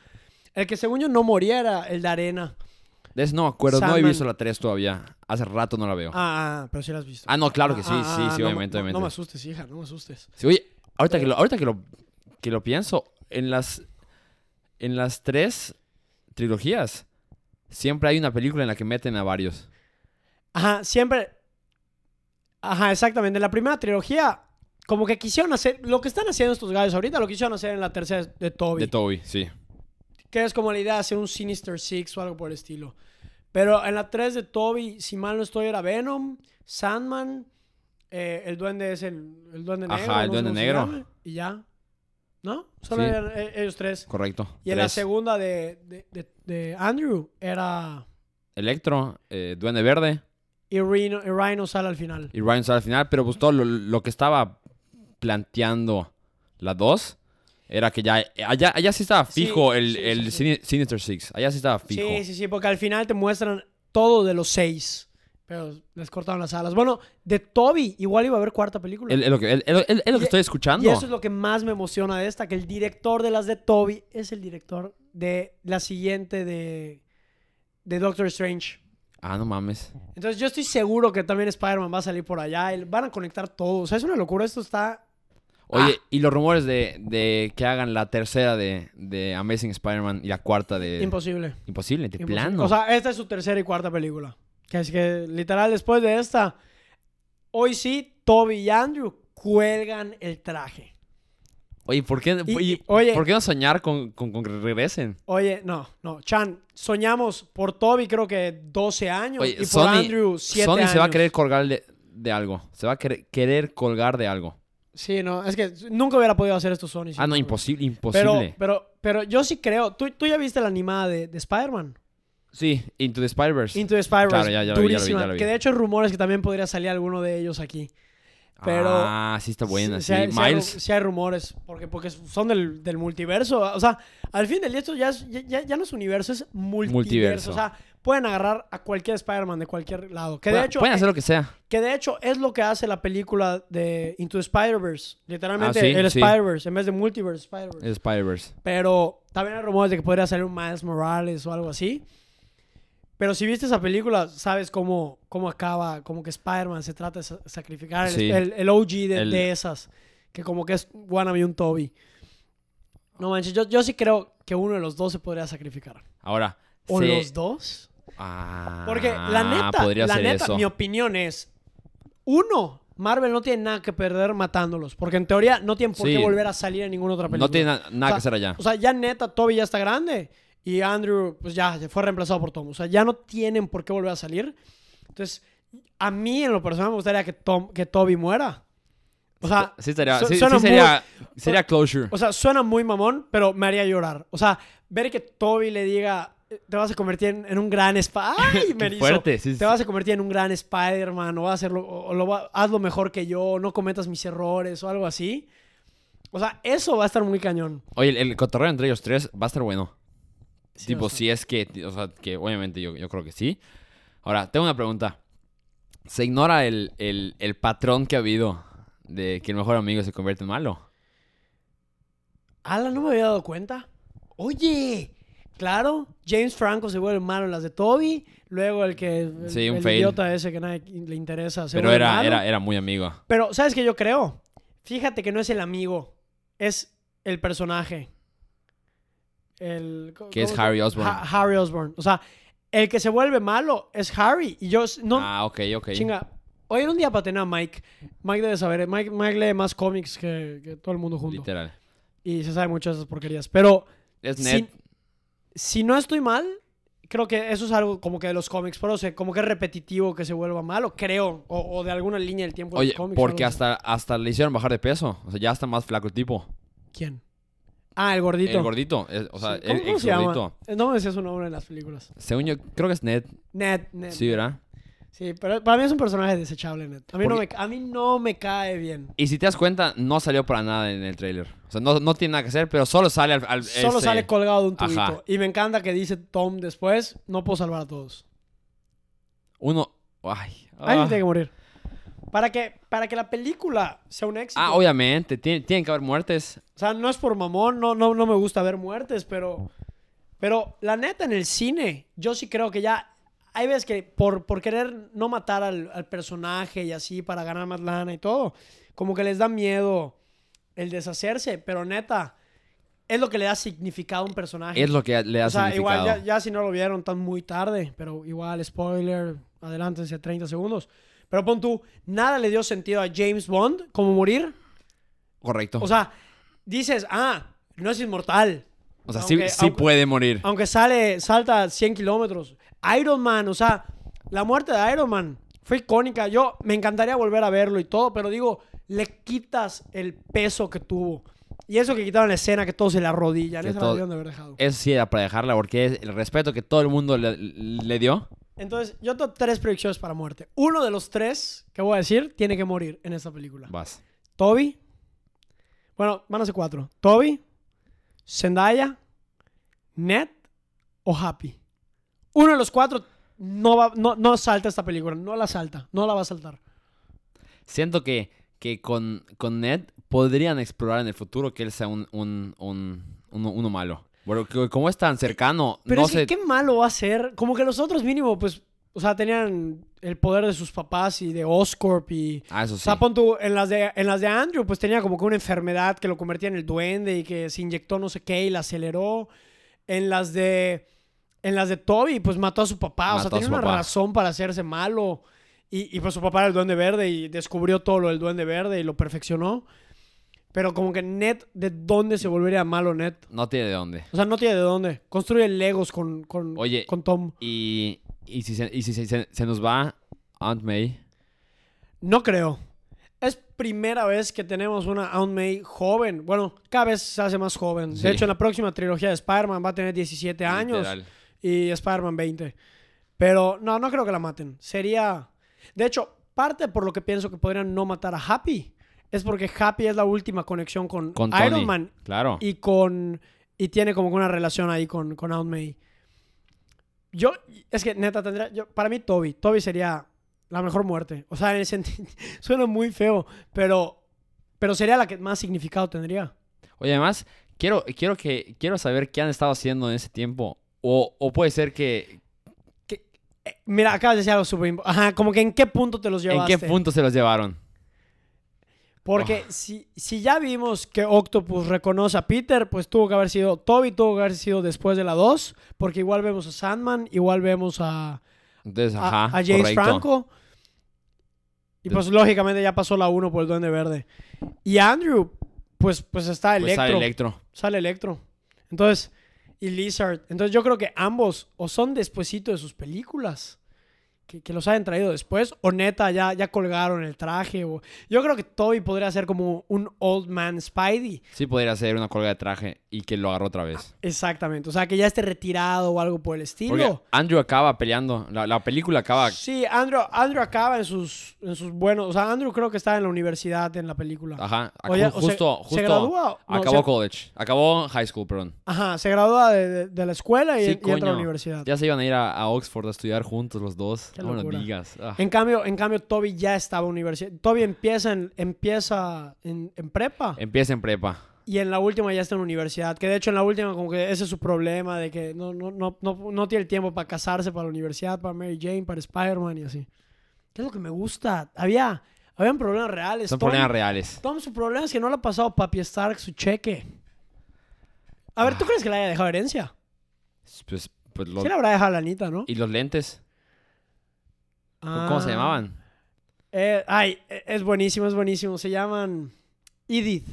A: El que según yo no moría era el de arena.
B: De eso no me acuerdo, no he
A: Sandman.
B: visto la 3 todavía. Hace rato no la veo. Ah,
A: Ah, ah, pero sí lo has visto.
B: no, claro que sí,
A: Ah, ah,
B: sí, sí,
A: no me-
B: obviamente,
A: no-
B: obviamente.
A: No me asustes, hija, no me asustes.
B: Sí, oye, Ahorita que lo, ahorita que lo, que lo pienso, en las, en las tres trilogías siempre hay una película en la que meten a varios.
A: Ajá, siempre. Ajá, exactamente. En la primera trilogía, como que quisieron hacer. Lo que están haciendo estos gallos ahorita lo quisieron hacer en la tercera de Toby.
B: De Toby, sí.
A: que es como la idea de hacer un Sinister Six o algo por el estilo. Pero en la 3 de Toby, si mal no estoy, era Venom, Sandman, eh, el duende es el, el duende
B: Ajá,
A: negro.
B: el
A: no sé
B: duende
A: cómo se
B: negro.
A: llama, Y ya. ¿No? Solo
B: Sí.
A: eran eh, ellos tres.
B: Correcto.
A: Y en la
B: Tres.
A: segunda de, de, de- de Andrew era
B: Electro, eh, Duende Verde
A: y Rhino, y Rhino sale al final.
B: y Ryan Star al final, pero pues todo lo, lo que estaba planteando la 2 era que ya allá, allá sí estaba
A: Sí,
B: fijo el,
A: sí, sí,
B: el
A: sí.
B: Sini- Sinister Six, allá sí estaba fijo.
A: Sí, sí, sí, porque al final te muestran todo de los seis. Pero les cortaron las alas. Bueno, de Toby igual iba a haber cuarta película.
B: Es es lo que, es- es- es lo que
A: Y-
B: estoy escuchando.
A: Y eso es lo que más me emociona de esta, que el director de las de Toby es el director de la siguiente de, de Doctor Strange.
B: Ah, no mames.
A: Entonces yo estoy seguro que también Spider-Man va a salir por allá. y Van a conectar todo. O sea, es una locura. Esto está... Ah.
B: Oye, y los rumores de, de que hagan la tercera de, de Amazing Spider-Man y la cuarta de...
A: Imposible.
B: Imposible, de
A: Imposible.
B: plano.
A: O sea, esta es su tercera y cuarta película. Que es que, literal, después de esta, hoy sí, Toby y Andrew cuelgan el traje.
B: oye, ¿por qué,
A: y-
B: oye,
A: oye.
B: ¿por qué no soñar con, con- con que regresen?
A: Oye, no, no, Chan, soñamos por Toby creo que 12 años
B: Oye,
A: y por
B: Sony,
A: Andrew 7
B: Sony
A: años.
B: se va a querer colgar de, de algo. Se va a querer, querer colgar de algo.
A: Sí, no, es que nunca hubiera podido hacer esto Sony. sin
B: Ah, no,
A: Toby.
B: imposible,
A: Pero,
B: imposible.
A: pero, pero yo sí creo. ¿Tú, tú ya viste la animada de, de Spider-Man?
B: sí, Into the Spider-Verse.
A: Into the Spider-Man.
B: Claro, ya- ya lo vi, ya lo vi, ya
A: durísima.
B: lo vi.
A: Que de hecho hay rumores que también podría salir alguno de ellos aquí. Pero.
B: ah, sí está buena.
A: Sí,
B: Sí,
A: sí hay- sí hay ru-
B: Miles.
A: sí hay rumores, porque, porque son del, del multiverso. O sea, al fin del día esto ya, es- ya- ya- ya no es universo, es multiverso.
B: Multiverso.
A: O sea, pueden agarrar a cualquier Spider-Man de cualquier lado. Que de
B: Pueden-
A: hecho,
B: pueden hacer lo que sea.
A: que de hecho es lo que hace la película de Into the Spider-Verse. Literalmente
B: Ah, sí,
A: el
B: sí.
A: Spider-Verse, en vez de multiverse, Spider-Verse.
B: El Spider-Verse.
A: Pero también hay rumores de que podría salir un Miles Morales o algo así. Pero si viste esa película, sabes cómo, cómo acaba, como que Spider-Man se trata de sa- sacrificar el,
B: Sí.
A: el- el OG de,
B: El-
A: de esas. Que como que es wannabe un Toby. No manches, yo, yo sí creo que uno de los dos se podría sacrificar.
B: Ahora.
A: ¿O
B: se-
A: los dos?
B: Ah,
A: Porque la neta,
B: podría
A: la
B: ser
A: neta,
B: eso.
A: mi opinión es, uno, Marvel no tiene nada que perder matándolos, porque en teoría no tienen por qué
B: Sí.
A: volver a salir en ninguna otra película.
B: No tiene na- nada que hacer allá.
A: O sea, ya neta, Toby ya está grande y Andrew, pues ya se fue reemplazado por Tom. O sea, ya no tienen por qué volver a salir. Entonces, a mí en lo personal me gustaría que, Tom, que Toby muera. O sea,
B: sí, estaría-
A: Ah, su-
B: sí- sí
A: suena muy-
B: sería, sería closure.
A: o sea, suena muy mamón, pero me haría llorar. O sea, ver que Toby le diga, eh, te vas a convertir en, en un gran Spider-Man. ¡Ay, me erizo!
B: fuerte, sí, sí.
A: Te vas a convertir en un gran Spider-Man, o, vas a hacerlo, o o lo, va- haz lo mejor que yo, no cometas mis errores, o algo así. O sea, eso va a estar muy cañón.
B: Oye, el, el cotorreo entre ellos tres va a estar bueno.
A: Sí,
B: tipo,
A: o sea.
B: si es que, o sea, que obviamente yo, yo creo que sí. Ahora, tengo una pregunta. ¿Se ignora el, el- el patrón que ha habido de que el mejor amigo se convierte en malo?
A: Ala, no me había dado cuenta. Oye, claro, James Franco se vuelve malo en las de Toby. Luego el que. El,
B: Sí, un
A: el
B: fail.
A: idiota ese que nadie le interesa. se
B: Pero
A: vuelve
B: era,
A: malo.
B: era, era muy amigo.
A: Pero, ¿sabes qué yo creo? Fíjate que no es el amigo, es el personaje. El,
B: Que es
A: ¿cómo se-
B: Harry Osborn.
A: Ha- Harry Osborn. O sea, el que se vuelve malo es Harry. Y yo s- no.
B: ah, ok, ok.
A: Chinga. Hoy era un día para tener a Mike. Mike debe saber. eh, Mike, Mike lee más cómics que, que todo el mundo junto.
B: Literal.
A: Y se sabe muchas de esas porquerías. Pero
B: Es
A: Sí.
B: Ned.
A: si no estoy mal, creo que eso es algo como que de los cómics, pero o sea, como que es repetitivo que se vuelva malo, creo, o, o de alguna línea del tiempo de
B: Oye,
A: los cómics.
B: porque
A: algo así.
B: hasta, hasta le hicieron bajar de peso. O sea, ya está más flaco el tipo.
A: ¿Quién? Ah, el gordito.
B: El gordito. es- o sea,
A: Sí.
B: el
A: ¿Cómo
B: ex
A: se llama?
B: gordito.
A: Eh, No me decía su nombre en las películas.
B: Según yo, creo que es Ned.
A: Ned, Ned.
B: Sí, ¿verdad?
A: Sí, pero para mí es un personaje desechable, Ned. A mí, no me,
B: Porque-
A: a mí no me cae bien.
B: Y si te das cuenta, no salió para nada en el tráiler. O sea, no, no tiene nada que hacer, pero solo sale al... este, al-
A: Solo
B: ese-
A: sale colgado de un tubito.
B: Ajá.
A: Y me encanta que dice Tom después, no puedo salvar a todos.
B: Uno... Ay.
A: Alguien
B: ah.
A: tiene que morir. Para que, para que la película sea un éxito.
B: Ah, obviamente. Tiene, tienen que haber muertes.
A: O sea, no es por mamón, no, no, no me gusta ver muertes, pero. Pero la neta, en el cine, yo sí creo que ya. Hay veces que por, por querer no matar al, al personaje y así para ganar más lana y todo, como que les da miedo el deshacerse, pero neta, es lo que le da significado a un personaje.
B: Es lo que le
A: o
B: ha
A: sea, igual
B: significado.
A: ya, ya si no lo vieron tan muy tarde, pero igual, spoiler, adelántense 30 segundos. Pero pon tú, nada le dio sentido a James Bond como morir.
B: Correcto.
A: O sea, dices, ah, no es inmortal.
B: O sea, sí,
A: aunque-
B: sí
A: aunque-
B: puede morir.
A: Aunque sale, salta 100 kilómetros. Iron Man, o sea, la muerte de Iron Man fue icónica. Yo me encantaría volver a verlo y todo, pero digo, le quitas el peso que tuvo. Y eso que quitaron la escena, que todos se la arrodillan.
B: Que
A: Esa la
B: todo- Eh.
A: debieron de haber dejado.
B: Eso sí era para dejarla, porque es el respeto que todo el mundo le, le dio.
A: Entonces, yo tengo tres predicciones para muerte. Uno de los tres que voy a decir tiene que morir en esta película.
B: Vas.
A: Toby. Bueno, van a ser cuatro. Toby, Zendaya, Ned o Happy. Uno de los cuatro no, va, no, no salta esta película. No la salta. No la va a saltar.
B: Siento que, que con, con Ned podrían explorar en el futuro que él sea un, un, un- uno, uno malo. Porque como es tan cercano,
A: Pero
B: no
A: es que
B: sé.
A: qué malo va a ser. Como que los otros mínimo, pues, o sea, tenían el poder de sus papás y de Oscorp y...
B: Ah, eso
A: O
B: sí.
A: sea, pon tú, en las, de, en las de Andrew, pues tenía como que una enfermedad que lo convertía en el duende y que se inyectó no sé qué y la aceleró. En las de. En las de Toby, pues mató a su papá. o sea,
B: Mató a
A: tenía
B: su
A: una
B: papá.
A: razón para hacerse malo. Y, y, pues su papá era el duende verde y descubrió todo lo del duende verde y lo perfeccionó. Pero como que Ned, ¿de dónde se volvería malo Ned?
B: No tiene de dónde.
A: O sea, no tiene de dónde. Construye Legos con, con,
B: Oye.
A: con Tom.
B: Y, y si, se, y si se, se- se nos va Aunt May,
A: No creo. Es primera vez que tenemos una Aunt May joven. Bueno, cada vez se hace más joven.
B: Sí.
A: De hecho, en la próxima trilogía de Spider-Man va a tener 17 años
B: Literal.
A: y Spider-Man 20. Pero no, no creo que la maten. Sería... De hecho, parte por lo que pienso que podrían no matar a Happy es porque Happy es la última conexión con,
B: con Tony.
A: Iron Man
B: Claro.
A: y con... Y tiene como que una relación ahí con, con Aunt May. Yo, es que neta, tendría. Yo, para mí, Toby. Toby sería la mejor muerte. O sea, en el sentido. Suena muy feo, pero. Pero sería la que más significado tendría.
B: Oye, además, quiero, quiero, que, quiero saber qué han estado haciendo en ese tiempo. O, o puede ser que...
A: Que- eh, mira, acabas de decir algo súper. impo- Ajá, como que en qué punto te los llevaste.
B: ¿En qué punto Oh. se los llevaron?
A: Porque si, si ya vimos que Octopus reconoce a Peter, pues tuvo que haber sido. Toby tuvo que haber sido después de la 2. Porque igual vemos a Sandman, igual vemos a.
B: Entonces,
A: a-
B: ajá,
A: a, James
B: correcto.
A: Franco. Y pues lógicamente ya pasó la 1 por el Duende Verde. Y Andrew, pues, pues está
B: Pues
A: Electro.
B: sale
A: sale,
B: Electro.
A: Electro. Entonces, y Lizard. Entonces yo creo que ambos o son despuesito de sus películas. Que, que los hayan traído después. O neta, ya, ya colgaron el traje. O... Yo creo que Toby podría ser como un old man Spidey.
B: Sí podría ser una colga de traje y que lo agarró otra vez.
A: Exactamente. O sea, que ya esté retirado o algo por el estilo.
B: Porque Andrew acaba peleando. La, la película acaba...
A: Sí, Andrew, Andrew acaba en sus, en sus buenos. O sea, Andrew creo que está en la universidad en la película.
B: Ajá.
A: O ya-
B: ju-
A: o se-
B: justo,
A: ¿se
B: justo.
A: gradúa? No,
B: acabó
A: se-
B: college. Acabó high school, perdón.
A: Ajá, se gradúa de, de- de la escuela y,
B: Sí,
A: y entra a
B: coño.
A: la universidad.
B: Ya se iban a ir a, a Oxford a estudiar juntos los dos.
A: Qué
B: no me lo
A: locura.
B: digas. Ah.
A: En cambio, en cambio, Toby ya estaba universidad. Toby empieza en, empieza en, en prepa
B: Empieza en prepa.
A: y en la última ya está en universidad. Que de hecho en la última como que ese es su problema de que no, no, no, no, no tiene el tiempo para casarse para la universidad, para Mary Jane, para Spider-Man y así. ¿Qué es lo que me gusta? Había, habían problemas reales.
B: Son
A: Toby-
B: problemas reales.
A: Tom, su problema es que no le ha pasado a Papi Stark su cheque. A ver, ¿tú crees que le haya dejado herencia?
B: Pues, pues lo-
A: Sí le habrá dejado a la Anita, ¿no?
B: ¿Y los lentes? ¿Cómo se
A: Ah.
B: llamaban?
A: Eh, ay, eh, es buenísimo, es buenísimo. Se llaman Edith.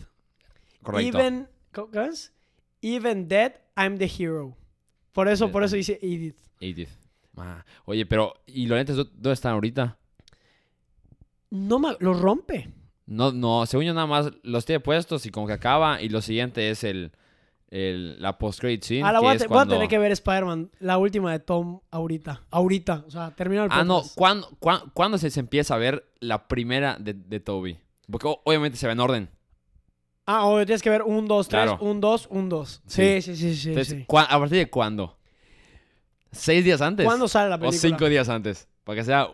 B: Correcto.
A: Even, ¿cómo- cómo es? Even dead, I'm the hero. Por eso, por eso dice Edith.
B: Edith. Ah, Oye, pero ¿y los lentes dó- dónde están ahorita?
A: No, ma- lo rompe.
B: No, no, según yo nada más los tiene puestos y como que acaba y lo siguiente es el, el la post credit scene,
A: Ah, la
B: que
A: voy, a
B: es
A: te- voy a
B: cuando-
A: tener que ver Spider-Man, la última de Tom ahorita. Ahorita, o sea, termina el
B: Ah, no,
A: podcast.
B: ¿cuándo, cuán- cuándo se, se empieza a ver la primera de, de Toby? Porque o- obviamente se ve en orden.
A: Ah, obvio, tienes que ver un, dos, tres,
B: Claro.
A: un, dos, un, dos. Sí, sí, sí, sí.
B: Entonces,
A: sí.
B: ¿cuá- ¿a partir de cuándo? ¿Seis días antes?
A: ¿Cuándo sale la
B: O
A: película?
B: cinco días antes. Para que sea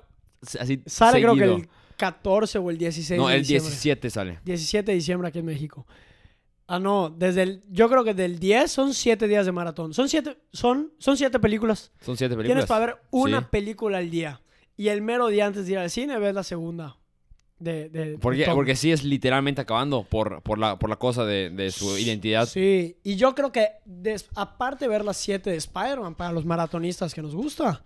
B: así
A: Sale creo
B: seguido.
A: que el 14 o el 16
B: No,
A: de
B: el
A: diciembre.
B: 17 sale.
A: 17 de diciembre aquí en México. Ah, no, desde el, yo creo que del 10 son 7 días de maratón. Son 7 son, son siete películas.
B: Son siete películas.
A: Tienes para ver una
B: Sí.
A: película al día. Y el mero día antes de ir al cine ves la segunda. de, de- de
B: Porque,
A: Tom.
B: porque sí es literalmente acabando por, por, la, por la cosa de, de su identidad.
A: Sí, y yo creo que des- aparte de ver las 7 de Spider-Man para los maratonistas que nos gusta,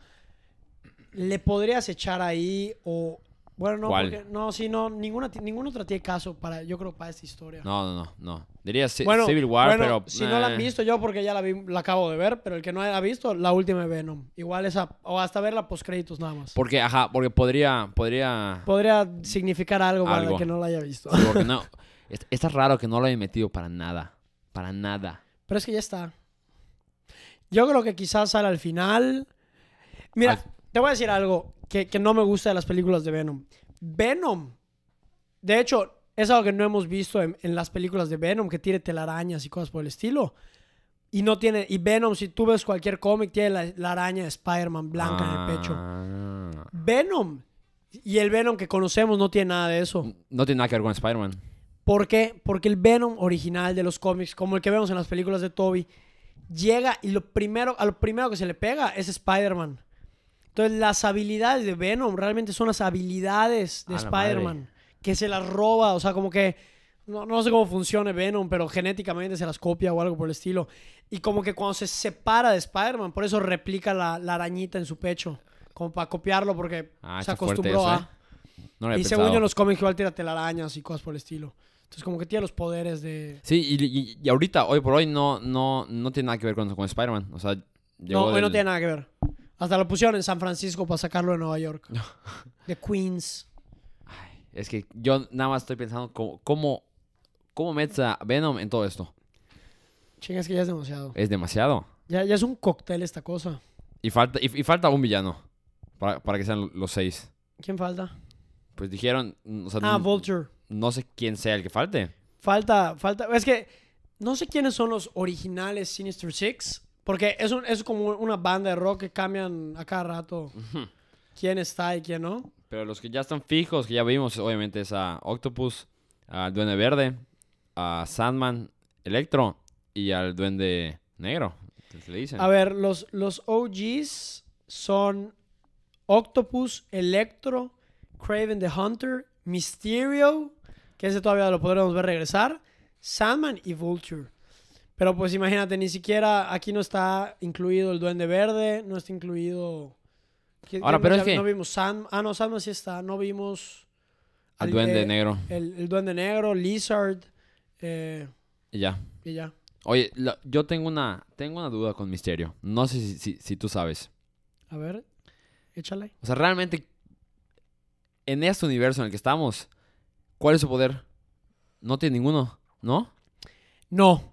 A: le podrías echar ahí o... Bueno, no,
B: ¿Cuál?
A: porque- no, sí, no, ninguna, ti- ninguna otra tiene caso para, yo creo, para esta historia.
B: No, no, no, no. Diría ci-
A: bueno,
B: Civil War,
A: bueno,
B: pero...
A: si no la han
B: eh.
A: visto yo porque ya la, vi- la acabo de ver, pero el que no la ha visto, la última de Venom. Igual esa, o hasta verla post créditos nada más.
B: Porque, ajá, porque podría... podría
A: Podría significar algo para el
B: Algo.
A: que no la haya visto.
B: sí, porque no, es- está raro que no lo hayan metido para nada. Para nada.
A: Pero es que ya está. Yo creo que quizás sale al final. Mira,
B: Al-
A: te voy a decir algo que, que no me gusta de las películas de Venom. Venom, de hecho, es algo que no hemos visto en, en las películas de Venom, que tiene telarañas y cosas por el estilo. Y no tiene. Y Venom, si tú ves cualquier cómic, tiene la, la araña de Spider-Man blanca en el pecho.
B: Ah.
A: Venom. Y el Venom que conocemos no tiene nada de eso.
B: No tiene nada que ver con Spider-Man.
A: ¿Por qué? Porque el Venom original de los cómics, como el que vemos en las películas de Toby, llega y lo primero, a lo primero que se le pega es Spider-Man. Entonces las habilidades de Venom realmente son las habilidades de
B: A la madre.
A: Spider-Man. Que se las roba, o sea, como que... No, no sé cómo funcione Venom, pero genéticamente se las copia o algo por el estilo. Y como que cuando se separa de Spider-Man, por eso replica la, la arañita en su pecho. Como para copiarlo porque
B: Ah,
A: se
B: está fuerte
A: acostumbró
B: eso,
A: a...
B: ¿eh? No lo había
A: Y según
B: pensado.
A: yo en los cómics igual tira telarañas y cosas por el estilo. Entonces como que tiene los poderes de...
B: Sí, y, y- y ahorita, hoy por hoy, no, no, no tiene nada que ver con, con Spider-Man. O sea, llegó
A: no, hoy no
B: del-
A: tiene nada que ver. Hasta lo pusieron en San Francisco para sacarlo de Nueva York. De Queens.
B: Es que yo nada más estoy pensando cómo, cómo, cómo metes a Venom en todo esto.
A: Chingas que ya es demasiado.
B: Es demasiado.
A: Ya, ya es un cóctel esta cosa.
B: Y falta, y, y falta un villano para, para que sean los seis.
A: ¿Quién falta?
B: Pues dijeron, mm, o sea,
A: Ah,
B: n-
A: Vulture.
B: no sé quién sea el que falte.
A: Falta, falta... Es que no sé quiénes son los originales Sinister Six. Porque es, un- es como una banda de rock que cambian a cada rato quién está y quién no.
B: Pero los que ya están fijos, que ya vimos, obviamente es a Octopus, al Duende Verde, a Sandman, Electro y al Duende Negro. que se le dicen.
A: A ver, los, los OGs son Octopus, Electro, Craven the Hunter, Mysterio, que ese todavía lo podremos ver regresar, Sandman y Vulture. Pero pues imagínate, ni siquiera aquí no está incluido el Duende Verde, no está incluido... ¿Qué-
B: Ahora,
A: qué
B: pero
A: más
B: es
A: ya-
B: que-
A: No vimos Sandman... Ah, no, Sandman sí está. No vimos...
B: al
A: el-
B: Duende
A: eh,
B: Negro.
A: El, el Duende Negro, Lizard, eh,
B: Y ya.
A: y ya.
B: Oye, la- yo tengo una, tengo una duda con Misterio. No sé si, si- si tú sabes.
A: A ver, échale.
B: O sea, realmente, en este universo en el que estamos, ¿cuál es su poder? No tiene ninguno, ¿no?
A: No,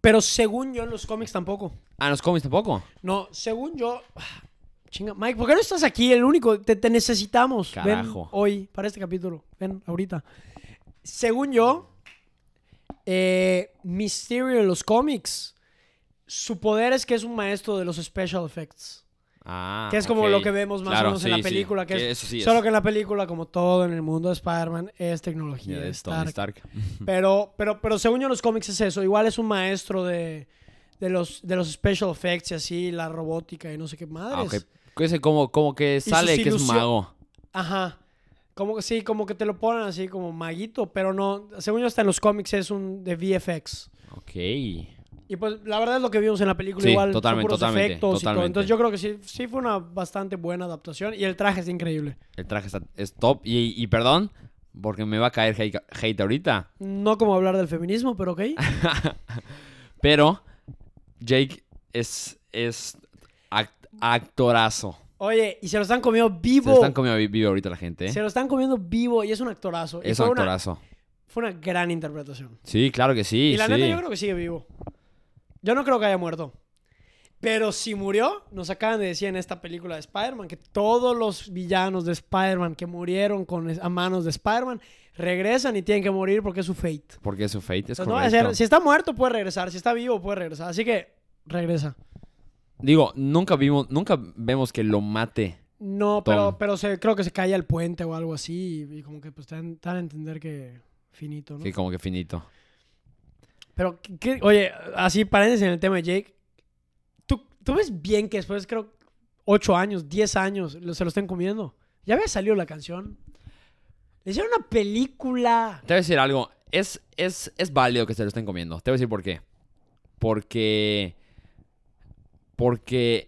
A: pero según yo en los cómics tampoco.
B: Ah, en los cómics tampoco.
A: No, según yo. Chinga, Mike, ¿por qué no estás aquí? El único, te, te necesitamos. Ven
B: Carajo.
A: hoy, para este capítulo. Ven, ahorita. Según yo, eh, Mysterio en los cómics, su poder es que es un maestro de los special effects.
B: Ah,
A: Que es como
B: ok.
A: lo que vemos más
B: Claro,
A: o menos
B: sí,
A: en la
B: sí,
A: película. Que es,
B: eso sí es.
A: solo que en la película, como todo en el mundo de Spider-Man, es
B: Ya
A: tecnología.
B: de
A: es
B: Tony
A: Stark.
B: Stark.
A: Pero, pero, pero según yo en los cómics es eso. Igual es un maestro de, de los, de los special effects y así, la robótica y no sé qué
B: Ah,
A: madres.
B: ok. Ese como, como que
A: sus
B: sale que es un
A: ilusio-
B: mago.
A: Ajá. Como que sí, como que te lo ponen así como maguito, pero no. Según yo hasta en los cómics es un de VFX.
B: Ok.
A: Y pues la verdad es lo que vimos en la película
B: Sí,
A: igual. son
B: totalmente,
A: puros
B: totalmente,
A: efectos y todo.
B: totalmente.
A: Entonces yo creo que sí, sí fue una bastante buena adaptación y el traje es increíble.
B: El traje está, es top. Y, y perdón, porque me va a caer hate, hate ahorita.
A: No como hablar del feminismo, pero ok.
B: Pero Jake es, es act- actorazo.
A: Oye, y se lo están comiendo
B: Se
A: vivo.
B: lo están comiendo vi- vivo ahorita la gente. ¿eh?
A: Se lo están comiendo vivo y es un actorazo. Y
B: Es
A: fue
B: un
A: una-
B: actorazo.
A: fue una gran interpretación.
B: Sí, claro que sí.
A: y la
B: sí.
A: neta yo creo que sigue vivo. Yo no creo que haya muerto. Pero si murió, nos acaban de decir en esta película de Spider-Man que todos los villanos de Spider-Man que murieron con, es- a manos de Spider-Man regresan y tienen que morir porque es su fate.
B: Porque es su fate. Es
A: Entonces, no va a
B: correcto.
A: ser- si está muerto puede regresar, si está vivo puede regresar. Así que regresa.
B: Digo, nunca vimos, nunca vemos que lo mate.
A: No,
B: Tom.
A: pero, pero se, creo que se cae al puente o algo así y, y como que pues te dan, te dan a entender que finito, ¿no?
B: Que como que finito.
A: Pero, ¿qué- qué- oye, así paréntesis en el tema de Jake. ¿Tú, tú ves bien que después, creo, 8 años, 10 años, lo- se lo estén comiendo? ¿Ya había salido la canción? Le hicieron una película.
B: Te voy a decir algo. Es, es, es válido que se lo estén comiendo. Te voy a decir por qué. Porque. Porque.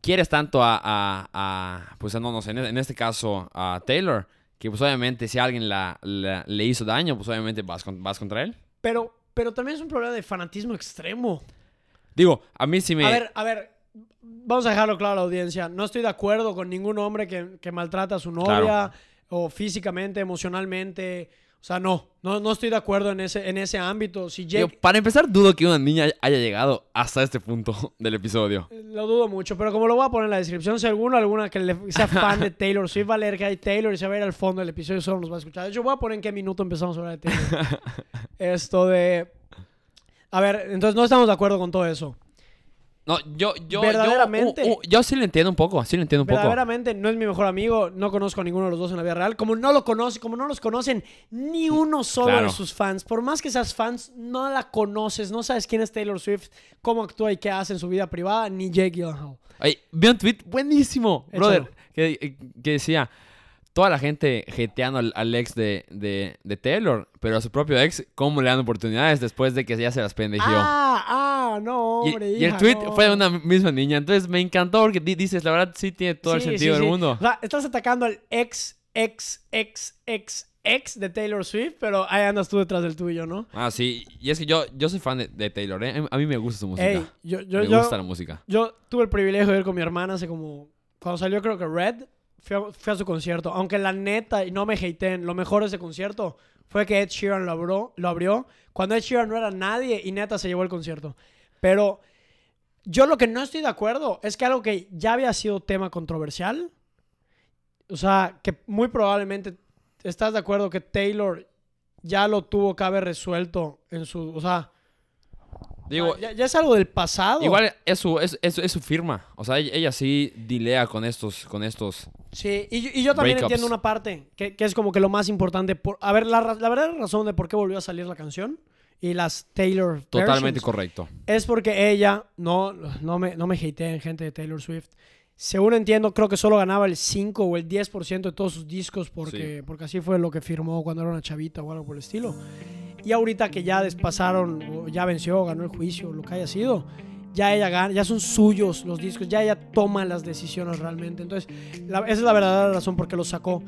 B: Quieres tanto a. a- a- pues no, no sé. En, en este caso, a Taylor. Que pues obviamente, si alguien la, la- le hizo daño, pues obviamente vas, con- vas contra él.
A: Pero, pero también es un problema de fanatismo extremo.
B: Digo, a mí sí me.
A: A ver, a ver. Vamos a dejarlo claro a la audiencia. No estoy de acuerdo con ningún hombre que, que maltrata a su novia
B: Claro.
A: o físicamente, emocionalmente. O sea, no, no, no estoy de acuerdo en ese, en ese ámbito. Si
B: digo,
A: Jake,
B: para empezar, dudo que una niña haya llegado hasta este punto del episodio.
A: lo dudo mucho, pero como lo voy a poner en la descripción, si alguno, alguna que le, sea fan de Taylor Swift va a leer que hay Taylor y se va a ir al fondo del episodio y solo nos va a escuchar. Yo voy a poner en qué minuto empezamos a hablar de Taylor. Esto de... A ver, entonces no estamos de acuerdo con todo eso.
B: No, yo, yo, yo-
A: Verdaderamente.
B: uh, uh, yo sí lo entiendo un poco, sí lo entiendo un poco.
A: Verdaderamente no es mi mejor amigo, no conozco a ninguno de los dos en la vida real, como no lo conoce, como no los conocen ni uno solo
B: Claro.
A: de sus fans. Por más que seas fans, no la conoces, no sabes quién es Taylor Swift, cómo actúa y qué hace en su vida privada, ni Jake Gyllenhaal.
B: Ay, vi un tweet buenísimo, brother,
A: Échalo.
B: que, eh, que decía, toda la gente jeteando al, al ex de, de- de Taylor, pero a su propio ex, ¿cómo le dan oportunidades después de que ya se las pendejió?
A: Ah, ah, no,
B: Y-
A: hombre.
B: y, el
A: hija,
B: tweet
A: no.
B: fue de una misma niña, entonces me encantó porque di- dices, la verdad sí tiene todo el
A: Sí,
B: sentido
A: sí,
B: del
A: sí.
B: mundo.
A: O sea, estás atacando al ex, ex, ex, ex, ex de Taylor Swift, pero ahí andas tú detrás del tuyo, ¿no?
B: Ah, sí, y es que yo, yo soy fan de, de Taylor, ¿eh? A mí- a mí me gusta su música.
A: Ey, yo, yo,
B: me
A: yo-
B: gusta la música.
A: Yo tuve el privilegio de ir con mi hermana hace como. Cuando salió, creo que Red, fui a, fui a su concierto. Aunque la neta, y no me hateen, lo mejor de ese concierto fue que Ed Sheeran lo abrió, lo abrió cuando Ed Sheeran no era nadie y neta se llevó el concierto. Pero yo lo que no estoy de acuerdo es que algo que ya había sido tema controversial, o sea, que muy probablemente estás de acuerdo que Taylor ya lo tuvo que haber resuelto en su. O sea,
B: Digo,
A: Ah, ya, ya es algo del pasado.
B: igual es su, es, es- es su firma, o sea, ella, ella sí dilea con estos, con estos...
A: Sí, y, yo- y yo también
B: Breakups.
A: entiendo una parte, que, que es como que lo más importante. Por, a ver, la, ra- la verdadera razón de por qué volvió a salir la canción y las Taylor
B: Totalmente
A: versions
B: correcto.
A: es porque ella, no, no me, no me hateen gente de Taylor Swift, según entiendo, creo que solo ganaba el 5 o el 10% de todos sus discos porque, porque así fue lo que firmó cuando era una chavita o algo por el estilo. Y ahorita que ya despasaron, o ya venció, ganó el juicio, lo que haya sido, ya ella gana, ya son suyos los discos, ya ella toma las decisiones realmente. Entonces, la- esa es la verdadera razón por qué los sacó.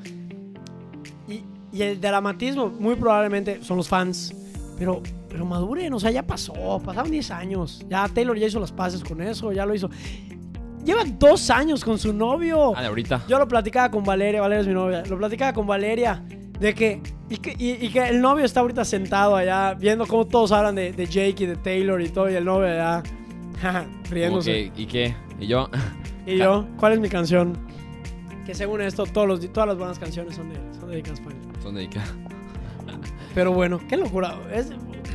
A: Y, y el dramatismo, muy probablemente, son los fans. Pero, pero maduren, o sea, ya pasó, pasaron 10 años. Ya Taylor ya hizo las paces con eso, ya lo hizo. Lleva dos años con su novio.
B: Ah, de ahorita.
A: Oh, Yo lo platicaba con Valeria, Valeria es mi novia, lo platicaba con Valeria de que, y que, y- y que el novio está ahorita sentado allá viendo cómo todos hablan de, de Jake y de Taylor y todo, y el novio allá jaja,
B: Como
A: riéndose.
B: que, ¿Y qué? ¿Y yo?
A: Y yo, ¿cuál es mi canción? Que según esto, todos los, todas las buenas canciones son, de, son dedicadas para él.
B: Son dedicadas.
A: Pero bueno, qué locura. Es,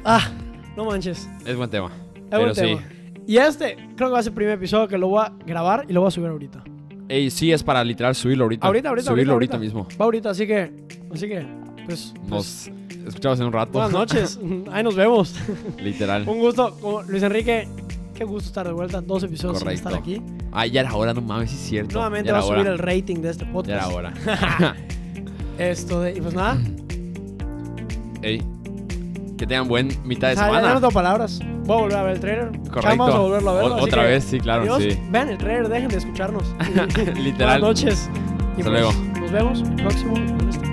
A: ah, no manches.
B: Es buen tema.
A: Es
B: Pero
A: buen
B: sí.
A: tema. Y este creo que va a ser el primer episodio que lo voy a grabar y lo voy a subir ahorita.
B: Ey, sí, es para literal subirlo ahorita.
A: Ahorita, ahorita.
B: Ah, Subirlo
A: ahorita,
B: ahorita, mismo.
A: Va ahorita, así que, así que, pues, pues,
B: Nos escuchamos en un rato.
A: Buenas noches. Ahí nos vemos.
B: literal.
A: Un gusto. Como Luis Enrique, qué gusto estar de vuelta. Dos episodios sin
B: Correcto.
A: estar aquí.
B: Ay, ya era hora, no mames, sí es cierto.
A: Nuevamente
B: ya
A: va a
B: era
A: subir
B: hora.
A: el rating de este
B: Ya era
A: podcast.
B: hora.
A: Esto de. Y pues nada.
B: Ey, que tengan buen mitad de
A: Ah, ya, ya
B: semana.
A: no tengo palabras. Voy a volver a ver el trailer.
B: Correcto.
A: Ya Vamos a volverlo a ver.
B: O- otra vez, sí, claro, sí.
A: Vean el trailer, dejen de escucharnos.
B: Literal.
A: Buenas noches. Y pues,
B: Hasta luego.
A: Nos vemos próximo. lunes.